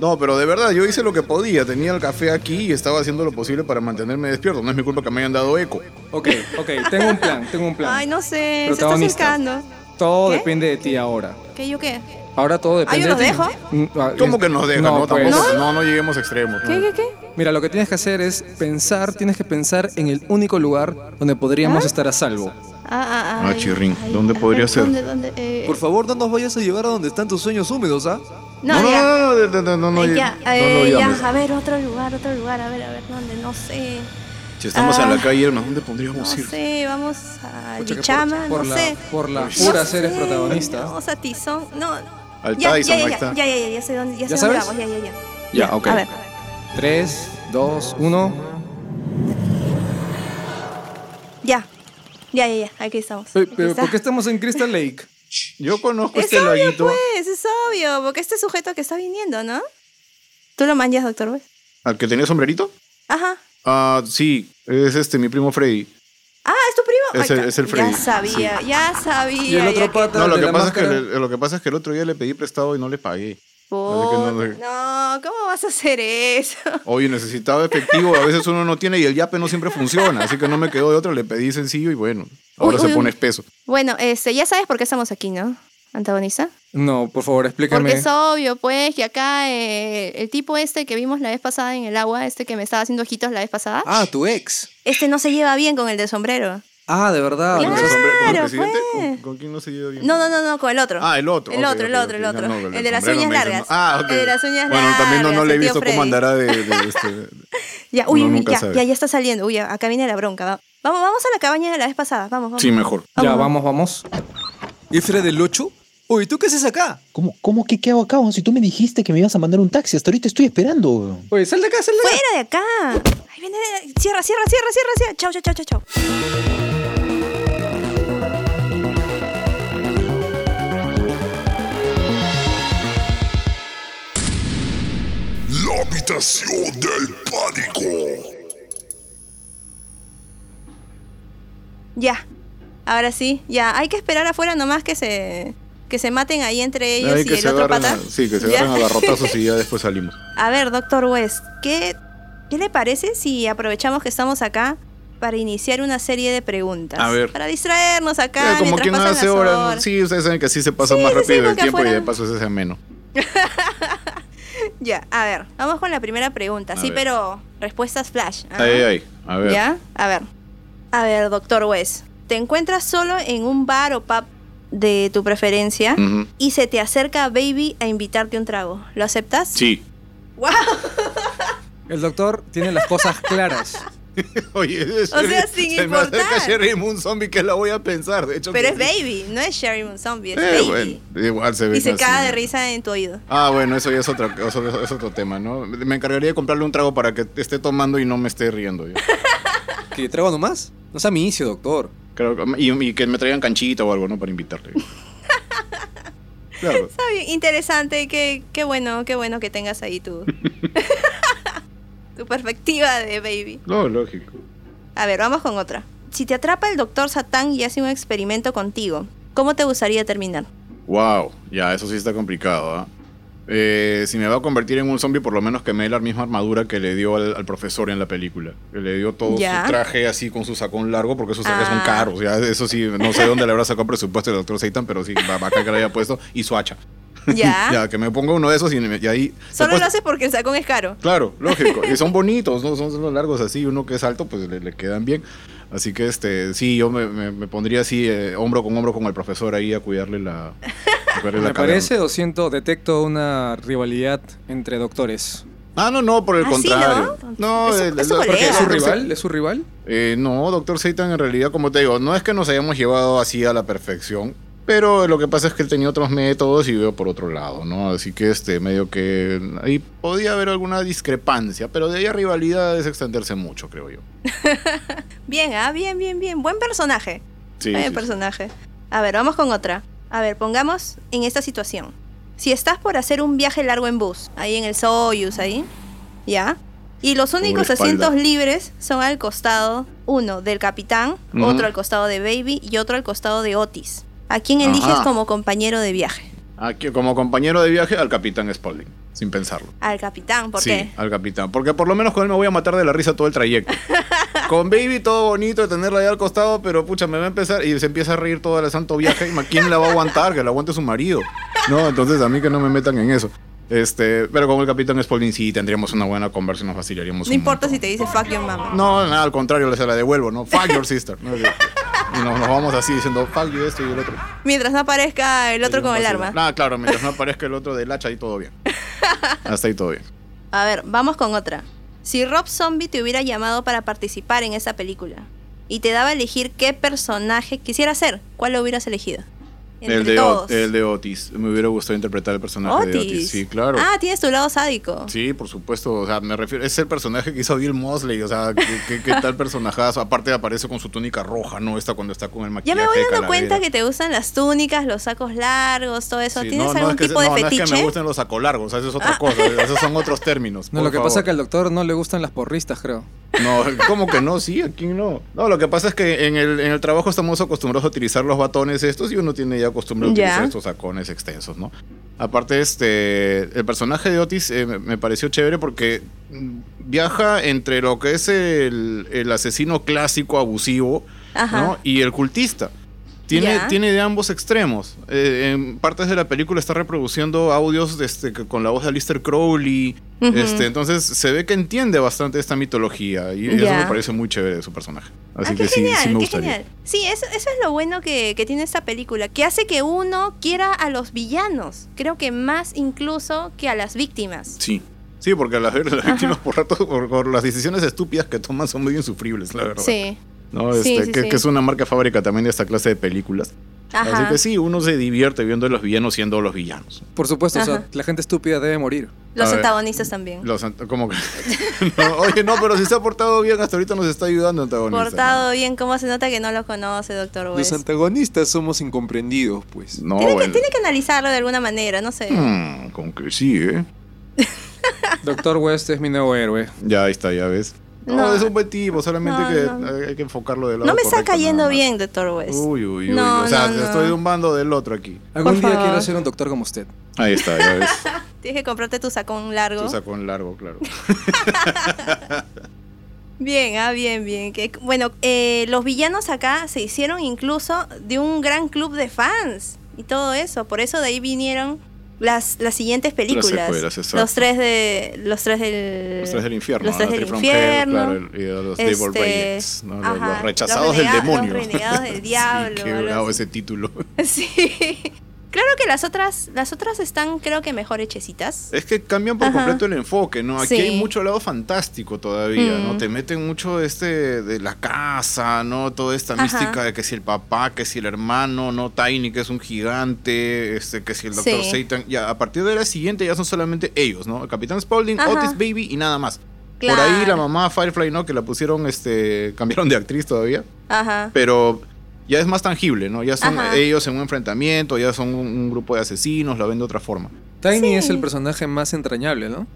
Speaker 3: No, pero de verdad, yo hice lo que podía. Tenía el café aquí y estaba haciendo lo posible para mantenerme despierto. No es mi culpa que me hayan dado eco.
Speaker 2: Ok, ok, tengo un plan, tengo un plan.
Speaker 1: Ay, no sé, se está
Speaker 2: Protagonista.
Speaker 1: acercando.
Speaker 2: Todo
Speaker 1: ¿Qué?
Speaker 2: depende de ti ahora.
Speaker 1: ¿Qué yo qué?
Speaker 2: Ahora todo depende
Speaker 1: ¿yo los
Speaker 2: de ti.
Speaker 1: dejo?
Speaker 2: Mm, ah,
Speaker 3: ¿Cómo
Speaker 2: es-
Speaker 3: que nos dejan? No,
Speaker 2: pues,
Speaker 3: tampoco. No, no lleguemos a extremos. ¿no?
Speaker 1: ¿Qué, qué, qué?
Speaker 2: Mira, lo que tienes que hacer es pensar, tienes que pensar en el único lugar donde podríamos estar a salvo.
Speaker 1: Ah, ah,
Speaker 3: Ah,
Speaker 1: ay,
Speaker 3: chirrín,
Speaker 1: ay,
Speaker 3: ¿dónde
Speaker 1: a
Speaker 3: podría
Speaker 1: ver,
Speaker 3: ser?
Speaker 1: ¿Dónde, dónde? Eh,
Speaker 4: Por favor, no nos vayas a llevar a donde están tus sueños húmedos, ¿ah?
Speaker 1: no, ya.
Speaker 3: no, no, no, no, no, no,
Speaker 1: ya,
Speaker 3: no
Speaker 1: eh,
Speaker 3: lo
Speaker 1: ya,
Speaker 3: llames.
Speaker 1: a ver, otro lugar, otro lugar, a ver, a ver, ¿dónde? No sé.
Speaker 3: Si estamos en
Speaker 1: Ah.
Speaker 3: la calle, Elma, ¿dónde
Speaker 1: No
Speaker 3: podríamos ir?
Speaker 1: sé, vamos a
Speaker 2: Pucha, que por-
Speaker 1: Lichama,
Speaker 2: por
Speaker 1: no
Speaker 2: la-
Speaker 1: sé.
Speaker 2: por la
Speaker 1: No
Speaker 2: pura ser es
Speaker 1: sé,
Speaker 2: protagonista.
Speaker 1: Vamos a Tizón, no.
Speaker 3: Al
Speaker 1: ya,
Speaker 3: Tyson,
Speaker 1: ya,
Speaker 3: ahí
Speaker 1: ya,
Speaker 3: está.
Speaker 1: ya, ya, ya, ya sé dónde, ya,
Speaker 2: ¿Ya
Speaker 1: sé dónde vamos,
Speaker 2: sabes?
Speaker 1: ya, ya, ya.
Speaker 2: Ya, ok.
Speaker 1: A ver,
Speaker 2: 3, 2, 1.
Speaker 1: ya. Ya, ya, ya, aquí estamos. aquí
Speaker 2: Pero
Speaker 1: está.
Speaker 2: ¿por qué estamos en
Speaker 1: [laughs]
Speaker 2: Crystal Lake?
Speaker 3: Yo conozco
Speaker 1: Es
Speaker 3: este
Speaker 1: obvio,
Speaker 3: laguito.
Speaker 1: pues, es obvio, porque este sujeto que está viniendo, ¿no? Tú lo manchas, doctor Wes.
Speaker 3: ¿Al que tenía sombrerito?
Speaker 1: Ajá.
Speaker 3: Ah, sí, es este, mi primo Freddy.
Speaker 1: Ah, ¿es tu primo?
Speaker 3: Es el-
Speaker 1: Ay,
Speaker 3: es el
Speaker 1: Ya
Speaker 3: Freddy,
Speaker 1: sabía, ya sabía.
Speaker 2: Y el
Speaker 1: ya
Speaker 2: otro
Speaker 1: que-
Speaker 2: pata
Speaker 3: No, lo
Speaker 2: de
Speaker 3: que,
Speaker 2: la
Speaker 3: pasa es que
Speaker 2: máscara-
Speaker 3: le- lo que pasa es que el otro día le pedí prestado y no le pagué.
Speaker 1: Por-
Speaker 3: no sé.
Speaker 1: No, ¿cómo vas a hacer eso? [laughs]
Speaker 3: Oye, necesitaba efectivo, a veces uno no tiene y el yape no siempre funciona, así que no me quedó de otra, le pedí sencillo y bueno, ahora
Speaker 1: Uy,
Speaker 3: se
Speaker 1: uy,
Speaker 3: pone
Speaker 1: uy.
Speaker 3: espeso.
Speaker 1: Bueno, este, ya sabes por qué estamos aquí, ¿no? Antagonista.
Speaker 2: No, por favor, explícame.
Speaker 1: Porque es obvio, pues, que acá eh, el tipo este que vimos la vez pasada en el agua, este que me estaba haciendo ojitos la vez pasada,
Speaker 4: Ah, tu ex.
Speaker 1: este no se lleva bien con el de sombrero.
Speaker 4: Ah, de verdad.
Speaker 1: Claro,
Speaker 3: ¿Con ese sombrero- con el
Speaker 1: pues.
Speaker 3: presidente? ¿Con, con quién no se lleva bien?
Speaker 1: No, no, no, no, con el otro.
Speaker 3: Ah, el otro.
Speaker 1: El
Speaker 3: ok,
Speaker 1: otro, el
Speaker 3: ok,
Speaker 1: otro, el
Speaker 3: ok.
Speaker 1: otro.
Speaker 3: No, no,
Speaker 1: el de las
Speaker 3: sombrero
Speaker 1: uñas
Speaker 3: me dice,
Speaker 1: largas.
Speaker 3: no. Ah, ok.
Speaker 1: El de las uñas
Speaker 3: Bueno,
Speaker 1: largas.
Speaker 3: también no, no le he
Speaker 1: el tío
Speaker 3: visto cómo
Speaker 1: Freddy.
Speaker 3: andará de, de este-
Speaker 1: [laughs] Ya, uy,
Speaker 3: Uno
Speaker 1: uy,
Speaker 3: nunca
Speaker 1: ya,
Speaker 3: sabe.
Speaker 1: ya, ya está saliendo. Uy, acá viene la bronca. va- Vamos, vamos a la cabaña de la vez pasada. Vamos, vamos.
Speaker 3: Sí, mejor.
Speaker 2: Ya, vamos, vamos.
Speaker 4: ¿Y Fred del 8? Oye, ¿tú qué haces acá?
Speaker 5: ¿Cómo, cómo que qué hago acá? weón? Si tú me dijiste que me ibas a mandar un taxi, hasta ahorita estoy esperando. weón.
Speaker 2: Oye, sal de acá, sal de acá.
Speaker 1: Fuera de acá. Ahí viene. Cierra, cierra, cierra, cierra, cierra. Chao, chao, chao, chao, chao.
Speaker 6: La habitación del pánico.
Speaker 1: Ya. Ahora sí, ya. Hay que esperar afuera nomás que se que se maten ahí entre ellos
Speaker 3: Ay,
Speaker 1: y el otro
Speaker 3: agarren
Speaker 1: pata.
Speaker 3: a- sí, que se
Speaker 1: Ya.
Speaker 3: agarran a garrotazos y ya
Speaker 1: [laughs]
Speaker 3: después salimos.
Speaker 1: A ver, doctor West, ¿qué, ¿qué le parece si aprovechamos que estamos acá? para iniciar una serie de preguntas.
Speaker 3: A ver.
Speaker 1: Para distraernos acá.
Speaker 3: Eh, como
Speaker 1: mientras
Speaker 3: quien
Speaker 1: pasan
Speaker 3: hace
Speaker 1: las
Speaker 3: horas. ¿no?
Speaker 1: horas.
Speaker 3: Sí, ustedes saben que así se pasa
Speaker 1: Sí,
Speaker 3: más
Speaker 1: sí, sí,
Speaker 3: rápido el
Speaker 1: porque
Speaker 3: tiempo y
Speaker 1: afuera-
Speaker 3: de paso se hace ameno.
Speaker 1: [laughs] Ya, a ver, vamos con la primera pregunta.
Speaker 3: A
Speaker 1: sí,
Speaker 3: ver.
Speaker 1: pero respuestas flash. Ajá.
Speaker 3: Ahí, ahí. A ver.
Speaker 1: Ah. ¿Ya? A ver. A ver, doctor Wes. Te encuentras solo en un bar o pub de tu preferencia
Speaker 3: Ujú.
Speaker 1: y se te acerca Baby a invitarte un trago. ¿Lo aceptas? [laughs]
Speaker 3: Sí.
Speaker 1: ¡Wow!
Speaker 2: El doctor tiene las
Speaker 1: [laughs]
Speaker 2: cosas claras.
Speaker 3: [laughs] Oye,
Speaker 1: sea, sin
Speaker 3: se me acerca
Speaker 1: importar.
Speaker 3: Sherry Moon Zombie que la voy a pensar. De hecho,
Speaker 1: Pero
Speaker 3: que
Speaker 1: es
Speaker 3: sí.
Speaker 1: Baby, no es Sherry Moon Zombie, es
Speaker 3: Eh,
Speaker 1: Baby.
Speaker 3: bueno, igual se ve
Speaker 1: Y se
Speaker 3: así.
Speaker 1: caga de risa en tu oído.
Speaker 3: Ah, bueno, eso ya es otro, eso- es otro tema, ¿no? Me encargaría de comprarle un trago para que esté tomando y no me esté
Speaker 1: [laughs]
Speaker 3: riendo. yo.
Speaker 4: ¿Que trago nomás? No sea mi inicio, doctor.
Speaker 3: Creo que- y, y que me traigan canchita o algo, ¿no? Para
Speaker 1: [laughs]
Speaker 3: invitarle. Claro.
Speaker 1: Está bien, interesante, qué, qué bueno, qué bueno que tengas ahí tu, tu perspectiva de Baby.
Speaker 3: No, lógico.
Speaker 1: A ver, vamos con otra. Si te atrapa el doctor Satán y hace un experimento contigo, ¿cómo te gustaría terminar?
Speaker 3: Wow, ya, eso sí está complicado, ¿ah? Eh, si me va a convertir en un zombie, por lo menos que me dé la misma armadura que le dio al, al profesor en la película. Que le dio todo
Speaker 1: Ya.
Speaker 3: su traje así con su sacón largo, porque esos trajes son
Speaker 1: Ah.
Speaker 3: caros. Ya, eso sí, no sé dónde le habrá sacado presupuesto el doctor Seitan, pero sí, va bacán que le haya puesto. Y su hacha.
Speaker 1: Ya.
Speaker 3: Ya, pues que me ponga uno de esos y, me- y ahí.
Speaker 1: Solo
Speaker 3: después-
Speaker 1: lo haces porque el sacón es caro. [laughs]
Speaker 3: Claro, lógico. Y son bonitos, ¿no? Son, son largos así. Uno que es alto, pues le, le quedan bien. Así que, este, sí, yo me, me- me pondría así, eh, hombro con hombro con el profesor ahí a cuidarle la. a cuidarle
Speaker 2: [laughs]
Speaker 3: la
Speaker 2: Me
Speaker 3: cadera.
Speaker 2: parece o siento, detecto una rivalidad entre doctores.
Speaker 3: Ah, no, no, por el
Speaker 1: ¿Ah, sí,
Speaker 3: contrario.
Speaker 1: no?
Speaker 3: no,
Speaker 1: Es su-
Speaker 3: el-
Speaker 1: es su
Speaker 3: el-
Speaker 1: colega.
Speaker 3: porque
Speaker 2: ¿Es su
Speaker 3: Dr.
Speaker 2: rival?
Speaker 3: Se-
Speaker 2: ¿Es su rival?
Speaker 3: eh, no, Doctor Satan en realidad, como te digo, no es que nos hayamos llevado así a la perfección. Pero lo que pasa es que él tenía otros métodos y veo por otro lado, ¿no? Así que este, medio que ahí podía haber alguna discrepancia, pero de ahí a rivalidad es extenderse mucho, creo yo.
Speaker 1: Bien, ah, bien, bien, bien. Buen personaje.
Speaker 3: Sí,
Speaker 1: Buen
Speaker 3: sí, sí.
Speaker 1: personaje. A ver, vamos con otra. A ver, pongamos en esta situación. Si estás por hacer un viaje largo en bus, ahí en el Soyuz, ahí, ¿ya? Y los únicos
Speaker 3: espalda.
Speaker 1: asientos libres son al costado, uno del capitán,
Speaker 3: Ujú.
Speaker 1: otro al costado de Baby y otro al costado de Otis. ¿A quién eliges
Speaker 3: Ajá.
Speaker 1: como compañero de viaje?
Speaker 3: Aquí, Ah, como compañero de viaje al capitán Spaulding, sin pensarlo.
Speaker 1: Al capitán, ¿por
Speaker 3: sí,
Speaker 1: qué?
Speaker 3: al capitán. Porque por lo menos con él me voy a matar de la risa todo el
Speaker 1: [laughs]
Speaker 3: trayecto. con Baby todo bonito de tenerla ahí al costado, pero pucha, me va a empezar y se empieza a reír todo el santo viaje. ¿Y ma- ¿Quién la va a aguantar? Que la aguante su marido. No, entonces a mí que no me metan en eso. Este, pero con el capitán Spaulding sí tendríamos una buena conversa y nos vacilaríamos
Speaker 1: No
Speaker 3: un
Speaker 1: importa
Speaker 3: montón.
Speaker 1: si te dice fuck your mama.
Speaker 3: No, nada, al contrario, se la devuelvo, ¿no? Fuck your sister. ¿no? Y nos, nos vamos así diciendo fuck you esto y el otro.
Speaker 1: Mientras no aparezca el otro con el
Speaker 3: Vacilo.
Speaker 1: arma.
Speaker 3: Ah, claro, mientras no aparezca el otro del hacha, ahí todo
Speaker 1: [laughs]
Speaker 3: bien. Hasta ahí todo bien.
Speaker 1: A ver, vamos con otra. Si Rob Zombie te hubiera llamado para participar en esta película y te daba a elegir qué personaje quisiera ser, ¿cuál lo hubieras elegido? Entre
Speaker 3: el, de O-
Speaker 1: todos.
Speaker 3: el de Otis. Me hubiera gustado interpretar el personaje
Speaker 1: Otis.
Speaker 3: de Otis. Sí, claro.
Speaker 1: Ah, tienes tu lado sádico.
Speaker 3: Sí, por supuesto. O sea, me refiero. Es el personaje que hizo Bill Mosley. O sea, qué, qué- qué tal personajazo. Aparte, aparece con su túnica roja, ¿no? Esta cuando está con el
Speaker 1: Ya
Speaker 3: maquillaje.
Speaker 1: me voy
Speaker 3: de
Speaker 1: dando
Speaker 3: calavera.
Speaker 1: cuenta que te gustan las túnicas, los sacos largos, todo eso.
Speaker 3: Sí,
Speaker 1: ¿Tienes
Speaker 3: no, no
Speaker 1: algún
Speaker 3: es que-
Speaker 1: tipo
Speaker 3: no,
Speaker 1: de
Speaker 3: no es que
Speaker 1: fetiche? Ah.
Speaker 3: me gusten los sacolargos. O sea, eso es otra cosa. Esos son otros términos.
Speaker 2: No,
Speaker 3: por
Speaker 2: lo que
Speaker 3: favor.
Speaker 2: pasa es que al doctor no le gustan las porristas, creo.
Speaker 3: No, ¿cómo que no? Sí, ¿a quién no? No, lo que pasa es que en el, en el trabajo estamos acostumbrados a utilizar los batones estos y uno tiene ya costumbre
Speaker 1: Ya.
Speaker 3: a utilizar estos sacones extensos, ¿no? Aparte, este, el personaje de Otis eh, me- me pareció chévere porque mm, viaja entre lo que es el, el asesino clásico abusivo
Speaker 1: Ajá.
Speaker 3: ¿no? y el cultista. Tiene,
Speaker 1: Ya.
Speaker 3: tiene de ambos extremos. Eh, en partes de la película está reproduciendo audios de este, que- con la voz de Alistair Crowley.
Speaker 1: Ujú. Ah,
Speaker 3: este, entonces se ve que entiende bastante esta mitología y eso
Speaker 1: Ya.
Speaker 3: me parece muy chévere de su personaje.
Speaker 1: Ah,
Speaker 3: Así
Speaker 1: qué
Speaker 3: que sí,
Speaker 1: genial,
Speaker 3: sí me
Speaker 1: qué
Speaker 3: gustaría.
Speaker 1: genial. Sí, eso, eso es lo bueno que, que tiene esta película, que hace que uno quiera a los villanos, creo que más incluso que a las víctimas.
Speaker 3: Sí. Sí, porque [laughs] las, las víctimas por rato, por, por las decisiones estúpidas que toman son muy insufribles, la verdad.
Speaker 1: Sí.
Speaker 3: ¿No?
Speaker 1: Sí,
Speaker 3: Este,
Speaker 1: sí,
Speaker 3: que,
Speaker 1: sí.
Speaker 3: que es una marca fábrica también de esta clase de películas.
Speaker 1: Ajá.
Speaker 3: Así que sí, uno se divierte viendo a los villanos siendo los villanos.
Speaker 2: Por supuesto, o
Speaker 1: Ajá.
Speaker 2: sea, la gente estúpida debe morir.
Speaker 3: A
Speaker 1: Los
Speaker 3: ver.
Speaker 1: antagonistas también.
Speaker 3: Los ant- como que- [laughs] No, oye, no, pero si se ha portado bien, hasta ahorita nos está ayudando antagonista.
Speaker 1: Portado bien, ¿cómo se nota que no lo conoce, doctor West?
Speaker 4: Los antagonistas somos incomprendidos, pues.
Speaker 3: No,
Speaker 1: tiene, que,
Speaker 3: bueno.
Speaker 1: tiene que analizarlo de alguna manera, no sé.
Speaker 3: Mm, con que sí, ¿eh?
Speaker 2: [laughs] Doctor West es mi nuevo héroe.
Speaker 3: Ya ahí está, ya ves. No,
Speaker 1: No.
Speaker 3: es un buen tipo, solamente
Speaker 1: No,
Speaker 3: que
Speaker 1: no.
Speaker 3: hay- hay que enfocarlo del lado
Speaker 1: no me está
Speaker 3: correcto,
Speaker 1: cayendo
Speaker 3: nada más.
Speaker 1: bien, doctor West.
Speaker 3: Uy, uy, uy.
Speaker 1: No,
Speaker 3: o sea,
Speaker 1: no, no.
Speaker 3: estoy de un bando del otro aquí.
Speaker 2: Algún día
Speaker 1: favor.
Speaker 2: quiero ser un doctor como usted.
Speaker 3: Ahí está, ya [laughs] ves.
Speaker 1: Tienes que comprarte tu sacón largo.
Speaker 3: Tu sacón largo, claro.
Speaker 1: Bien, ah, bien, bien. Que- bueno, eh, los villanos acá se hicieron incluso de un gran club de fans y todo eso. Por eso de ahí vinieron las, las siguientes películas.
Speaker 3: secuelas, exacto.
Speaker 1: los tres de. Los tres del.
Speaker 3: Los tres del infierno.
Speaker 1: Los tres
Speaker 3: ¿no?
Speaker 1: del
Speaker 3: Three from Hell,
Speaker 1: infierno.
Speaker 3: claro, el- y los Devil
Speaker 1: este,
Speaker 3: Rejects, ¿no? Los-
Speaker 1: ajá,
Speaker 3: los rechazados del
Speaker 1: renega-
Speaker 3: demonio.
Speaker 1: Los renegados del diablo.
Speaker 3: [laughs] Sí, qué
Speaker 1: algo
Speaker 3: bravo
Speaker 1: así.
Speaker 3: ese título.
Speaker 1: [laughs] Sí. Claro que las otras, las otras están creo que mejor hechecitas.
Speaker 3: Es que cambian por
Speaker 1: Ajá.
Speaker 3: completo el enfoque, ¿no? Aquí
Speaker 1: Sí.
Speaker 3: hay mucho lado fantástico todavía, ¿no?
Speaker 1: Mm.
Speaker 3: Te meten mucho este de la casa, ¿no? Toda esta
Speaker 1: Ajá.
Speaker 3: mística de que si el papá, que si el hermano, ¿no? Tiny, que es un gigante, este, que si el doctor
Speaker 1: Sí.
Speaker 3: Satan. Ya, a partir de la siguiente ya son solamente ellos, ¿no? El Capitán Spaulding,
Speaker 1: Ajá.
Speaker 3: Otis Baby y nada más. Por ahí
Speaker 1: Claro.
Speaker 3: la mamá Firefly, ¿no? Que la pusieron, este, cambiaron de actriz todavía.
Speaker 1: Ajá.
Speaker 3: [laughs] pero ya es más tangible, ¿no? Ya son
Speaker 1: Ajá.
Speaker 3: ellos en un enfrentamiento, ya son un, un grupo de asesinos, la ven de otra forma.
Speaker 2: Tiny es el personaje más entrañable, ¿no?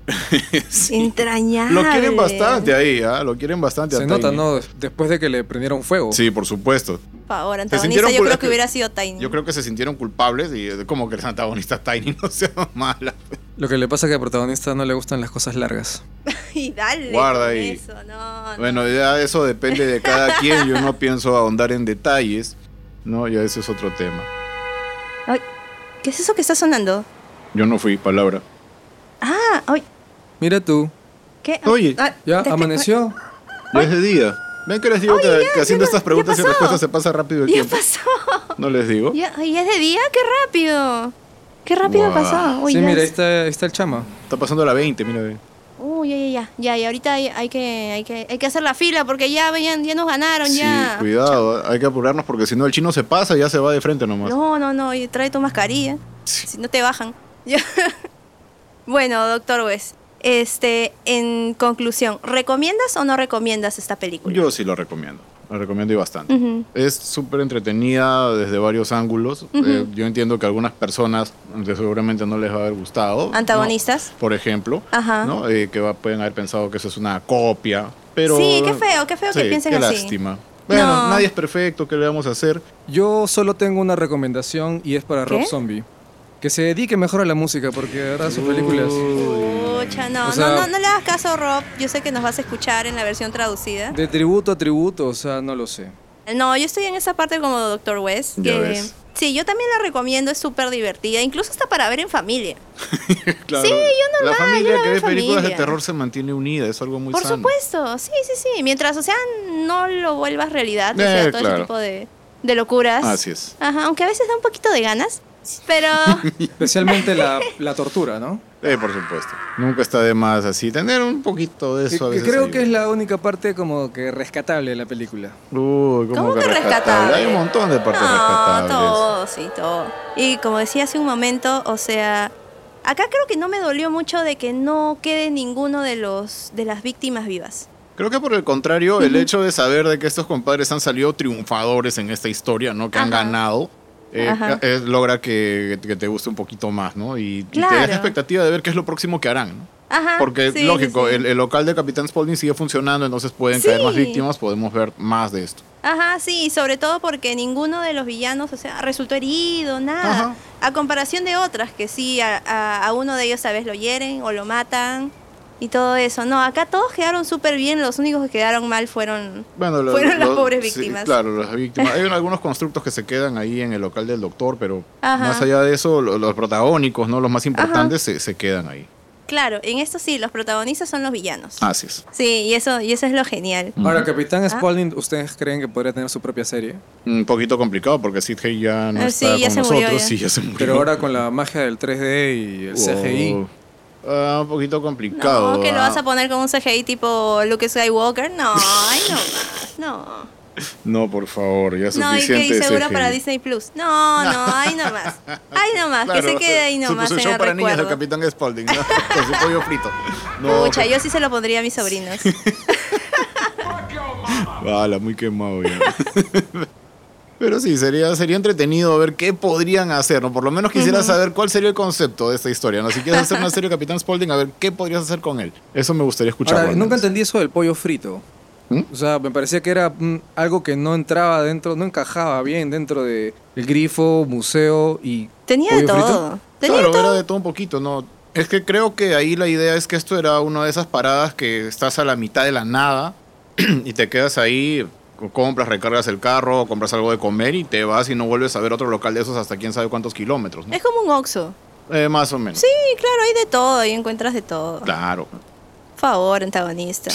Speaker 1: Entrañable.
Speaker 3: Lo quieren bastante ahí, ¿ah? Lo quieren bastante. a
Speaker 2: Se nota,
Speaker 3: Tiny.
Speaker 2: ¿no? Después de que le prendieron fuego.
Speaker 3: Sí, por supuesto.
Speaker 1: Por favor,
Speaker 3: sintieron
Speaker 1: antagonista, yo
Speaker 3: cul-
Speaker 1: creo que hubiera sido Tiny.
Speaker 3: Yo creo que se sintieron culpables y eh, como que el antagonista Tiny [laughs] no sea mala.
Speaker 2: Lo que le pasa es que al protagonista no le gustan las cosas largas.
Speaker 1: [laughs] Y dale.
Speaker 3: Guarda
Speaker 1: con
Speaker 3: ahí.
Speaker 1: Eso, no, no.
Speaker 3: Bueno, ya eso depende
Speaker 1: [laughs]
Speaker 3: de cada quien. Yo no pienso ahondar en detalles, ¿no? Ya ese es otro tema.
Speaker 1: Ay, ¿Qué es eso que está sonando?
Speaker 3: Yo no fui, palabra.
Speaker 1: Ah, ay,
Speaker 2: Mira tú,
Speaker 1: ¿qué?
Speaker 3: Oye,
Speaker 1: Ah,
Speaker 2: ya
Speaker 1: despe-
Speaker 2: amaneció.
Speaker 3: Ya es de día. Ven que les digo
Speaker 1: Oye,
Speaker 3: que,
Speaker 1: ya,
Speaker 3: que haciendo
Speaker 1: ya pa-
Speaker 3: estas
Speaker 1: ya
Speaker 3: preguntas y
Speaker 1: pasó.
Speaker 3: respuestas se pasa rápido el
Speaker 1: [laughs] Ya
Speaker 3: tiempo.
Speaker 1: pasó.
Speaker 3: ¿No les digo?
Speaker 1: Ya, ay, es de día, qué rápido. Qué rápido
Speaker 3: Guau.
Speaker 1: pasó. Uy,
Speaker 2: sí,
Speaker 1: ya
Speaker 2: mira, ahí
Speaker 1: es-
Speaker 2: está, ahí está el chama.
Speaker 3: Está pasando la 20, mira. ve.
Speaker 1: Uy, ya, ya, ya, ya, y ahorita hay, hay que, hay, que, hay que hacer la fila porque ya, veían, ya nos ganaron,
Speaker 3: Sí,
Speaker 1: ya.
Speaker 3: cuidado, hay que apurarnos porque si no el chino se pasa y ya se va de frente nomás.
Speaker 1: No, no, no, y trae tu mascarilla.
Speaker 3: Sí.
Speaker 1: Si no te bajan. [laughs] Ya. bueno, doctor Wes, este, en conclusión, ¿recomiendas o no recomiendas esta película?
Speaker 3: Yo sí lo recomiendo, lo recomiendo y bastante.
Speaker 1: Ujú.
Speaker 3: Es súper entretenida desde varios ángulos. Eh, yo entiendo que a algunas personas aunque seguramente no les va a haber gustado.
Speaker 1: ¿Antagonistas?
Speaker 3: ¿no? Por ejemplo,
Speaker 1: Ajá.
Speaker 3: ¿no? Eh, que va- pueden haber pensado que eso es una copia. Pero,
Speaker 1: Sí, qué feo, qué feo que
Speaker 3: Sí,
Speaker 1: piensen
Speaker 3: qué
Speaker 1: así.
Speaker 3: lástima. Bueno,
Speaker 1: No.
Speaker 3: nadie es perfecto, ¿qué le vamos a hacer?
Speaker 2: Yo solo tengo una recomendación y es para Rob
Speaker 1: ¿Qué?
Speaker 2: Zombie. Que se dedique mejor a la música porque hará Ah, sus películas.
Speaker 4: Uh.
Speaker 1: Pucha, no,
Speaker 2: O sea-
Speaker 1: no, no, no le hagas caso, Rob. Yo sé que nos vas a escuchar en la versión traducida.
Speaker 2: De tributo a tributo, o sea, no lo sé.
Speaker 1: No, yo estoy en esa parte como Doctor West.
Speaker 3: Ya
Speaker 1: que-
Speaker 3: ves.
Speaker 1: Sí, yo también la recomiendo, es súper divertida, incluso está para ver en familia.
Speaker 3: Claro,
Speaker 1: Sí, yo normal,
Speaker 3: La familia
Speaker 1: yo la
Speaker 3: que
Speaker 1: veo
Speaker 3: ve
Speaker 1: en
Speaker 3: películas de
Speaker 1: familia.
Speaker 3: terror se mantiene unida, es algo muy
Speaker 1: Por
Speaker 3: sano.
Speaker 1: supuesto, sí, sí, sí. Mientras, o sea, no lo vuelvas realidad, o
Speaker 3: Eh,
Speaker 1: sea, todo
Speaker 3: claro.
Speaker 1: ese tipo de, de locuras.
Speaker 3: Así es.
Speaker 1: Ajá, aunque a veces da un poquito de ganas,
Speaker 3: [laughs]
Speaker 1: pero
Speaker 2: Especialmente la, la tortura, ¿no?
Speaker 3: Eh, por supuesto. Nunca está de más así tener un poquito de
Speaker 2: Que,
Speaker 3: eso. a
Speaker 2: que
Speaker 3: veces
Speaker 2: creo
Speaker 3: ayuda.
Speaker 2: que es la única parte como que rescatable de la película.
Speaker 3: Uy, ¿cómo,
Speaker 1: ¿Cómo
Speaker 3: que
Speaker 1: que
Speaker 3: rescatable?
Speaker 1: rescatable?
Speaker 3: Hay un montón de partes
Speaker 1: no,
Speaker 3: rescatables.
Speaker 1: todo, sí, todo. Y como decía hace un momento, o sea, acá creo que no me dolió mucho de que no quede ninguno de los de las víctimas vivas.
Speaker 3: Creo que por el contrario, el hecho de saber de que estos compadres han salido triunfadores en esta historia, ¿no? Que han
Speaker 1: Ajá.
Speaker 3: ganado. eh,
Speaker 1: Ajá.
Speaker 3: eh, logra que, que te guste un poquito más, ¿no? Y, y te deja
Speaker 1: Claro.
Speaker 3: expectativa de ver qué es lo próximo que harán, ¿no?
Speaker 1: Ajá.
Speaker 3: Porque,
Speaker 1: sí,
Speaker 3: lógico,
Speaker 1: sí, sí.
Speaker 3: El, el local de Capitán Spaulding sigue funcionando, entonces pueden caer más
Speaker 1: Sí.
Speaker 3: víctimas, podemos ver más de esto.
Speaker 1: Ajá, sí, y sobre todo porque ninguno de los villanos, o sea, resultó herido, nada.
Speaker 3: Ajá.
Speaker 1: A comparación de otras que sí, a, a- a uno de ellos a veces lo hieren o lo matan y todo eso. No, acá todos quedaron súper bien, los únicos que quedaron mal fueron...
Speaker 3: Bueno, lo-
Speaker 1: Fueron las
Speaker 3: lo-
Speaker 1: pobres
Speaker 3: sí,
Speaker 1: víctimas.
Speaker 3: claro, las
Speaker 1: [laughs]
Speaker 3: víctimas. Hay un- algunos constructos que se quedan ahí en el local del doctor, pero
Speaker 1: Ajá.
Speaker 3: más allá de eso, lo- los protagónicos, ¿no? Los más importantes se, se quedan ahí.
Speaker 1: Claro, en esto sí, los protagonistas son los villanos.
Speaker 3: Así es.
Speaker 1: Sí, y eso, y eso es lo genial.
Speaker 3: Mm.
Speaker 2: Ahora, Capitán Spaulding, ¿ustedes creen que podría tener su propia serie?
Speaker 3: Un poquito complicado porque Sid Haig ya no
Speaker 1: Ah, sí,
Speaker 3: está
Speaker 1: ya
Speaker 3: con
Speaker 1: se
Speaker 3: nosotros.
Speaker 1: murió ya.
Speaker 3: Sí, ya se murió.
Speaker 2: Pero ahora con la magia del 3D y el CGI.
Speaker 3: Wow. Ah, un poquito complicado.
Speaker 1: No, que lo
Speaker 3: ah.
Speaker 1: vas a poner con un CGI tipo Luke Skywalker. No, ay, no, más, no.
Speaker 3: No, por favor, ya
Speaker 1: No, y
Speaker 3: suficiente.
Speaker 1: que y seguro
Speaker 3: CGI.
Speaker 1: para Disney Plus. No, no, ahí nomás. Ahí nomás,
Speaker 3: Claro,
Speaker 1: que se quede ahí
Speaker 3: su-
Speaker 1: nomás
Speaker 3: su
Speaker 1: en
Speaker 3: show
Speaker 1: el
Speaker 3: para niños del
Speaker 1: recuerdo.
Speaker 3: Capitán
Speaker 1: [laughs]
Speaker 3: Spaulding, ¿no? con su pollo frito. No,
Speaker 1: Pucha,
Speaker 3: que-
Speaker 1: yo sí se lo pondría a mis sobrinos.
Speaker 3: Bala, muy quemado ya. [laughs] Pero sí, sería, sería entretenido ver qué podrían hacer, ¿no? Por lo menos quisiera saber cuál sería el concepto de esta historia, ¿no? Si quieres hacer una serie de Capitán Spaulding, a ver qué podrías hacer con él. Eso me gustaría escuchar.
Speaker 2: Ahora, nunca entendí eso del pollo frito.
Speaker 3: ¿Mm?
Speaker 2: O sea, me parecía que era mm, algo que no entraba dentro, no encajaba bien dentro de el grifo, museo y.
Speaker 1: Tenía de
Speaker 2: pollo frito.
Speaker 1: todo. Tenía
Speaker 3: Claro,
Speaker 1: de
Speaker 3: era
Speaker 1: todo.
Speaker 3: de todo un poquito, ¿no? Es que creo que ahí la idea es que esto era una de esas paradas que estás a la mitad de la nada [clears throat] y te quedas ahí, compras, recargas el carro, compras algo de comer y te vas y no vuelves a ver otro local de esos hasta quién sabe cuántos kilómetros, ¿no?
Speaker 1: Es como un Oxxo.
Speaker 3: Eh, más o menos.
Speaker 1: Sí, claro, hay de todo, ahí encuentras de todo.
Speaker 3: Claro.
Speaker 1: Por favor, antagonista.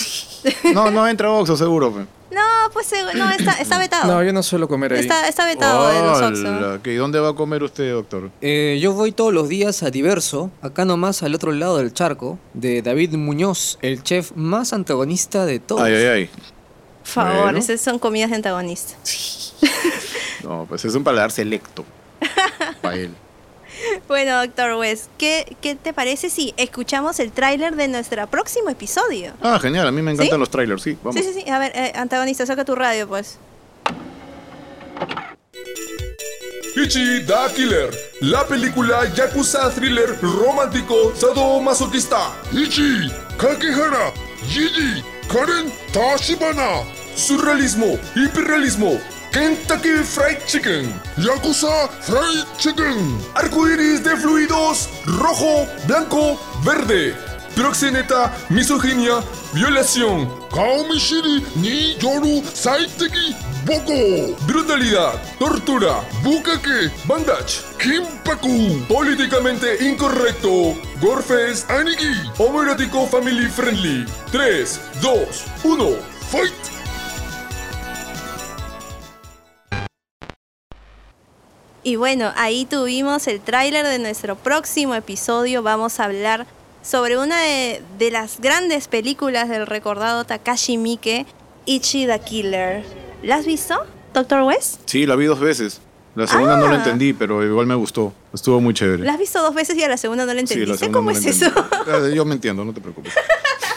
Speaker 3: No, no entra Oxxo seguro.
Speaker 1: [laughs]
Speaker 3: pe.
Speaker 1: no, pues segu- no,
Speaker 3: [clears throat]
Speaker 1: está, está vetado.
Speaker 2: No, yo no suelo comer ahí.
Speaker 1: está, está vetado de los Oxxo.
Speaker 3: Hola, ¿qué- ¿Y dónde va a comer usted, doctor?
Speaker 4: Eh, yo voy todos los días a Diverso, acá nomás al otro lado del charco, de David Muñoz, el chef más antagonista de todos.
Speaker 3: Ay, ay, ay.
Speaker 1: Por favor,
Speaker 3: Bueno.
Speaker 1: esas son comidas de antagonista. [laughs]
Speaker 3: No, pues es un paladar selecto. Para él.
Speaker 1: Bueno, Doctor West, ¿qué, qué te parece si escuchamos el tráiler de nuestro próximo episodio?
Speaker 3: Ah, genial, a mí me encantan
Speaker 1: ¿Sí?
Speaker 3: los trailers, sí, vamos.
Speaker 1: Sí, sí, sí. A ver, eh, antagonista, saca tu radio, pues.
Speaker 6: Ichi Da Killer, la película Yakuza thriller romántico sadomasoquista. Ichi, Kakehara, Gigi, Karen Tashibana. Surrealismo, hiperrealismo, Kentucky Fried Chicken, Yakuza Fried Chicken. Arcoiris de fluidos, rojo, blanco, verde. Proxeneta, misoginia, violación. Kaomishiri ni yoru saiteki boko. Brutalidad, tortura, bukake, bandage, kimpaku. Políticamente incorrecto, gorfes, aniki. Homoerótico family friendly. 3, 2, 1, fight.
Speaker 1: Y bueno, ahí tuvimos el tráiler de nuestro próximo episodio. Vamos a hablar sobre una de, de las grandes películas del recordado Takashi Miike, Ichi the Killer. ¿La has visto, Doctor West?
Speaker 3: Sí, la vi dos veces. La segunda no la
Speaker 1: Ah.
Speaker 3: entendí, pero igual me gustó. Estuvo muy chévere.
Speaker 1: ¿La has visto dos veces y a la segunda no la
Speaker 3: Sí,
Speaker 1: entendiste?
Speaker 3: la segunda
Speaker 1: ¿Cómo
Speaker 3: no
Speaker 1: es
Speaker 3: la
Speaker 1: eso?
Speaker 3: entendí. Eh, Yo me entiendo, no
Speaker 1: [laughs]
Speaker 3: te preocupes.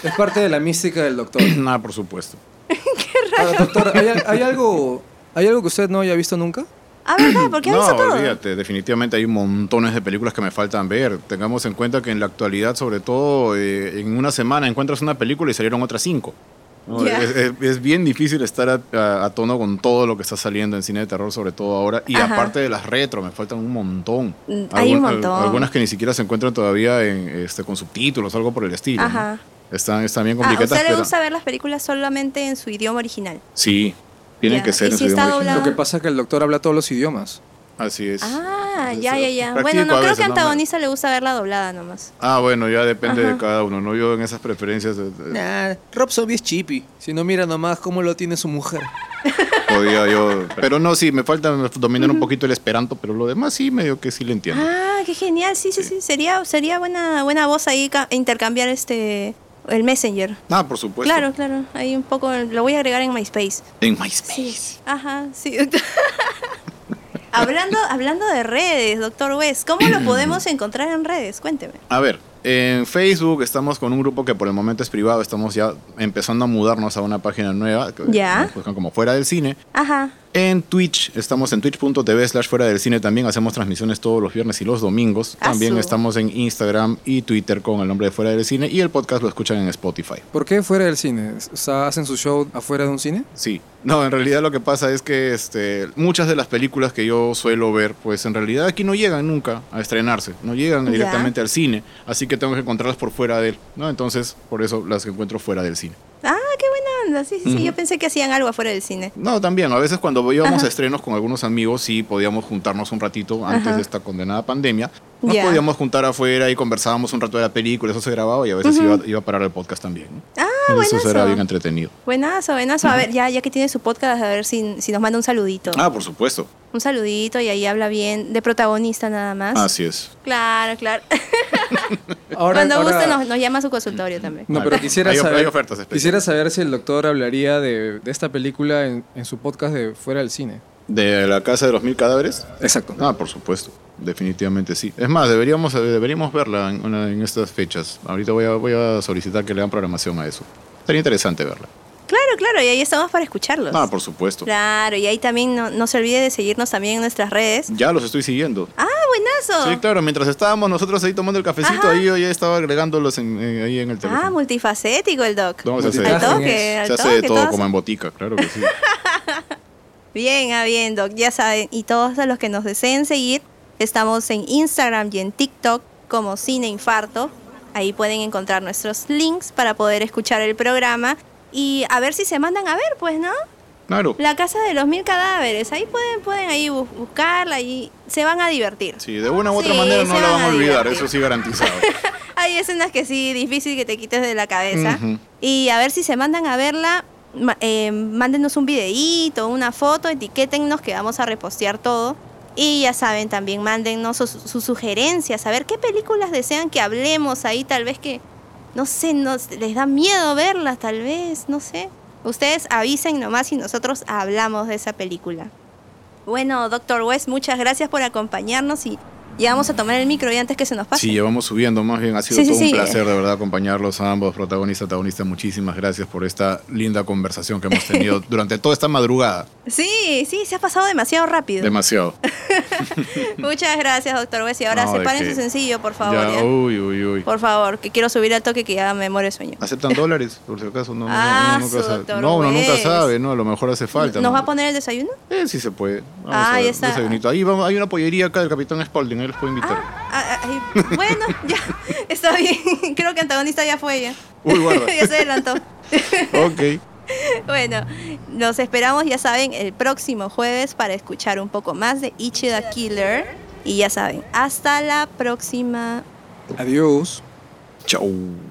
Speaker 2: Es parte de la mística del doctor.
Speaker 3: Nada, por supuesto.
Speaker 2: Ahora, Ah, doctor, ¿hay, al- hay algo, ¿hay algo que usted no haya visto nunca?
Speaker 1: Ah, ¿verdad? ¿Por qué has
Speaker 3: no,
Speaker 1: visto todo?
Speaker 3: olvídate, definitivamente hay montones de películas que me faltan ver. Tengamos en cuenta que en la actualidad, sobre todo, eh, en una semana encuentras una película y salieron otras cinco. ¿no?
Speaker 1: Ya.
Speaker 3: Es, es- es bien difícil estar a, a- a tono con todo lo que está saliendo en cine de terror, sobre todo ahora. Y
Speaker 1: Ajá.
Speaker 3: aparte de las retro, me faltan un montón.
Speaker 1: Mm, hay un
Speaker 3: al-
Speaker 1: montón.
Speaker 3: Algunas que ni siquiera se encuentran todavía en, este, con subtítulos, algo por el estilo. ¿no?
Speaker 1: Ajá.
Speaker 3: Están, están bien
Speaker 1: Ah, ¿a
Speaker 3: complicadas.
Speaker 1: usted le
Speaker 3: pero-
Speaker 1: gusta ver las películas solamente en su idioma original?
Speaker 3: Sí, tienen
Speaker 1: Ya.
Speaker 3: que ser
Speaker 1: ¿Y
Speaker 3: en
Speaker 1: si
Speaker 3: su idioma
Speaker 1: está
Speaker 3: original.
Speaker 1: doblado?
Speaker 2: Lo que pasa es que el doctor habla todos los idiomas.
Speaker 3: Así es.
Speaker 1: Ah,
Speaker 3: Entonces,
Speaker 1: ya, ya, ya.
Speaker 3: practico
Speaker 1: Bueno, no
Speaker 3: a
Speaker 1: creo
Speaker 3: veces,
Speaker 1: que
Speaker 3: ¿no? Me-
Speaker 1: antagonista le gusta verla doblada nomás.
Speaker 3: Ah, bueno, ya depende
Speaker 1: Ajá.
Speaker 3: de cada uno, ¿no? Yo en esas preferencias eh, eh,
Speaker 4: Nah, Rob Zombie es chippy. Si no, mira nomás cómo lo tiene su mujer.
Speaker 3: podía
Speaker 1: [laughs]
Speaker 3: yo... Pero no, sí, me falta dominar un poquito el esperanto, pero lo demás sí, medio que sí le entiendo.
Speaker 1: Ah, qué genial, sí, sí, sí. Sería, sería buena, buena voz ahí ca- intercambiar este el Messenger.
Speaker 3: Ah, por supuesto.
Speaker 1: Claro, claro. Ahí un poco lo voy a agregar en MySpace.
Speaker 3: En MySpace.
Speaker 1: Ajá, sí. [laughs] hablando, hablando de redes, doctor West, ¿cómo lo
Speaker 3: [clears throat]
Speaker 1: podemos encontrar en redes? Cuénteme.
Speaker 3: A ver, en Facebook estamos con un grupo que por el momento es privado, estamos ya empezando a mudarnos a una página nueva, que
Speaker 1: Ya.
Speaker 3: nos buscan como fuera del cine.
Speaker 1: Ajá.
Speaker 3: En Twitch, estamos en twitch.tv slash fuera del cine también, hacemos transmisiones todos los viernes y los domingos.
Speaker 1: Ah,
Speaker 3: También
Speaker 1: su.
Speaker 3: estamos en Instagram y Twitter con el nombre de fuera del cine y el podcast lo escuchan en Spotify.
Speaker 2: ¿Por qué fuera del cine? O sea, ¿hacen su show afuera de un cine?
Speaker 3: Sí. No, en realidad lo que pasa es que este, muchas de las películas que yo suelo ver, pues en realidad aquí no llegan nunca a estrenarse, no llegan
Speaker 1: Ya.
Speaker 3: directamente al cine, así que tengo que encontrarlas por fuera de él, ¿no? Entonces, por eso las encuentro fuera del cine.
Speaker 1: Ah, qué buena onda. Sí, sí, sí. Yo pensé que hacían algo afuera del cine.
Speaker 3: No, también, a veces cuando íbamos
Speaker 1: Ajá.
Speaker 3: a estrenos con algunos amigos, sí podíamos juntarnos un ratito antes
Speaker 1: Ajá.
Speaker 3: de esta condenada pandemia, nos
Speaker 1: Ya.
Speaker 3: podíamos juntar afuera y conversábamos un rato de la película, eso se grababa y a veces iba, iba a parar el podcast también. ¿no?
Speaker 1: Ah,
Speaker 3: eso
Speaker 1: buenazo.
Speaker 3: será bien entretenido.
Speaker 1: Buenazo, buenazo. A ver, ya, ya que tiene su podcast, a ver si, si nos manda un saludito.
Speaker 3: Ah, por supuesto.
Speaker 1: Un saludito y ahí habla bien de protagonista nada más.
Speaker 3: Así es.
Speaker 1: Claro, claro.
Speaker 2: Ahora,
Speaker 1: Cuando
Speaker 2: ahora-
Speaker 1: guste nos, nos llama a su consultorio también.
Speaker 2: No,
Speaker 3: Vale.
Speaker 2: pero quisiera,
Speaker 3: Hay of-
Speaker 2: saber,
Speaker 3: hay ofertas especiales.
Speaker 2: quisiera saber si el doctor hablaría de, de esta película en, en su podcast de fuera del cine.
Speaker 3: ¿De la casa de los mil cadáveres?
Speaker 2: Exacto.
Speaker 3: Ah, por supuesto. Definitivamente sí. Es más, deberíamos, eh, deberíamos verla en, una- en estas fechas. Ahorita voy a, voy a solicitar que le dan programación a eso. Sería interesante verla.
Speaker 1: Claro, claro, y ahí estamos para escucharlos.
Speaker 3: Ah, por supuesto.
Speaker 1: Claro, y ahí también no, no se olvide de seguirnos también en nuestras redes.
Speaker 3: Ya los estoy siguiendo.
Speaker 1: Ah, buenazo.
Speaker 3: Mm. Sí, claro. Mientras estábamos nosotros ahí tomando el cafecito,
Speaker 1: Ajá.
Speaker 3: ahí yo ya estaba agregándolos en- en- ahí en el
Speaker 1: ah,
Speaker 3: teléfono.
Speaker 1: multifacético el doc.
Speaker 3: No, se hace,
Speaker 1: Al
Speaker 2: multitasking
Speaker 1: toque,
Speaker 2: es.
Speaker 1: al
Speaker 3: se hace
Speaker 1: toque,
Speaker 3: de todo
Speaker 1: todos-
Speaker 3: como en botica, claro que sí.
Speaker 1: Bien, ah, bien, Doc, ya saben. Y todos los que nos deseen seguir, estamos en Instagram y en TikTok como Cine Infarto. Ahí pueden encontrar nuestros links para poder escuchar el programa Y a ver si se mandan a ver, pues, ¿no?
Speaker 3: Claro.
Speaker 1: La casa de los mil cadáveres. Ahí pueden, pueden ahí bu- buscarla y se van a divertir.
Speaker 3: Sí, de una u otra
Speaker 1: Sí,
Speaker 3: manera no
Speaker 1: se
Speaker 3: la
Speaker 1: van
Speaker 3: van a
Speaker 1: a
Speaker 3: olvidar,
Speaker 1: divertir.
Speaker 3: eso sí garantizado.
Speaker 1: Hay escenas que sí, difícil que te quites de la cabeza.
Speaker 3: Ujú.
Speaker 1: Y a ver si se mandan a verla, ma- eh, mándenos un videíto, una foto, etiquétennos que vamos a repostear todo. Y ya saben, también mándennos sus, sus sugerencias, a ver qué películas desean que hablemos ahí, tal vez que, no sé, nos, les da miedo verlas, tal vez, no sé. Ustedes avisen nomás y nosotros hablamos de esa película. Bueno, doctor West, muchas gracias por acompañarnos y ya vamos a tomar el micro y antes que se nos pase.
Speaker 3: Sí, llevamos subiendo, más bien ha sido
Speaker 1: Sí, sí,
Speaker 3: todo un
Speaker 1: sí.
Speaker 3: placer de verdad acompañarlos a ambos, protagonista, antagonista. Muchísimas gracias por esta linda conversación que hemos
Speaker 1: [laughs]
Speaker 3: tenido durante toda esta madrugada.
Speaker 1: Sí, sí, se ha pasado demasiado rápido.
Speaker 3: Demasiado.
Speaker 1: [laughs] Muchas gracias, doctor Wes. Y ahora
Speaker 3: No, de
Speaker 1: separen
Speaker 3: qué.
Speaker 1: su sencillo, por favor.
Speaker 3: Ya,
Speaker 1: ya.
Speaker 3: uy, uy, uy.
Speaker 1: Por favor, que quiero subir al toque que ya me muero de sueño.
Speaker 3: ¿Aceptan dólares? Por si acaso, no, no,
Speaker 1: Ah,
Speaker 3: no,
Speaker 1: su
Speaker 3: nunca sabe.
Speaker 1: doctor
Speaker 3: No, uno nunca
Speaker 1: Wes.
Speaker 3: sabe, ¿no? A lo mejor hace falta.
Speaker 1: ¿Nos
Speaker 3: ¿no?
Speaker 1: va a poner el desayuno?
Speaker 3: Eh, sí se puede. Vamos
Speaker 1: Ah,
Speaker 3: a
Speaker 1: ya
Speaker 3: ver,
Speaker 1: está.
Speaker 3: desayunito. Ahí vamos, hay una pollería acá del Capitán Spaulding, ahí los puedo invitar.
Speaker 1: Ah, ah, ah, bueno, [laughs] ya, está bien. [laughs] Creo que antagonista ya fue ya.
Speaker 3: Uy, guarda.
Speaker 1: [laughs] ya se adelantó. Ah.
Speaker 3: Ok.
Speaker 1: Bueno, nos esperamos, ya saben, el próximo jueves para escuchar un poco más de Ichida Killer. Y ya saben, hasta la próxima.
Speaker 2: Adiós.
Speaker 3: Chau.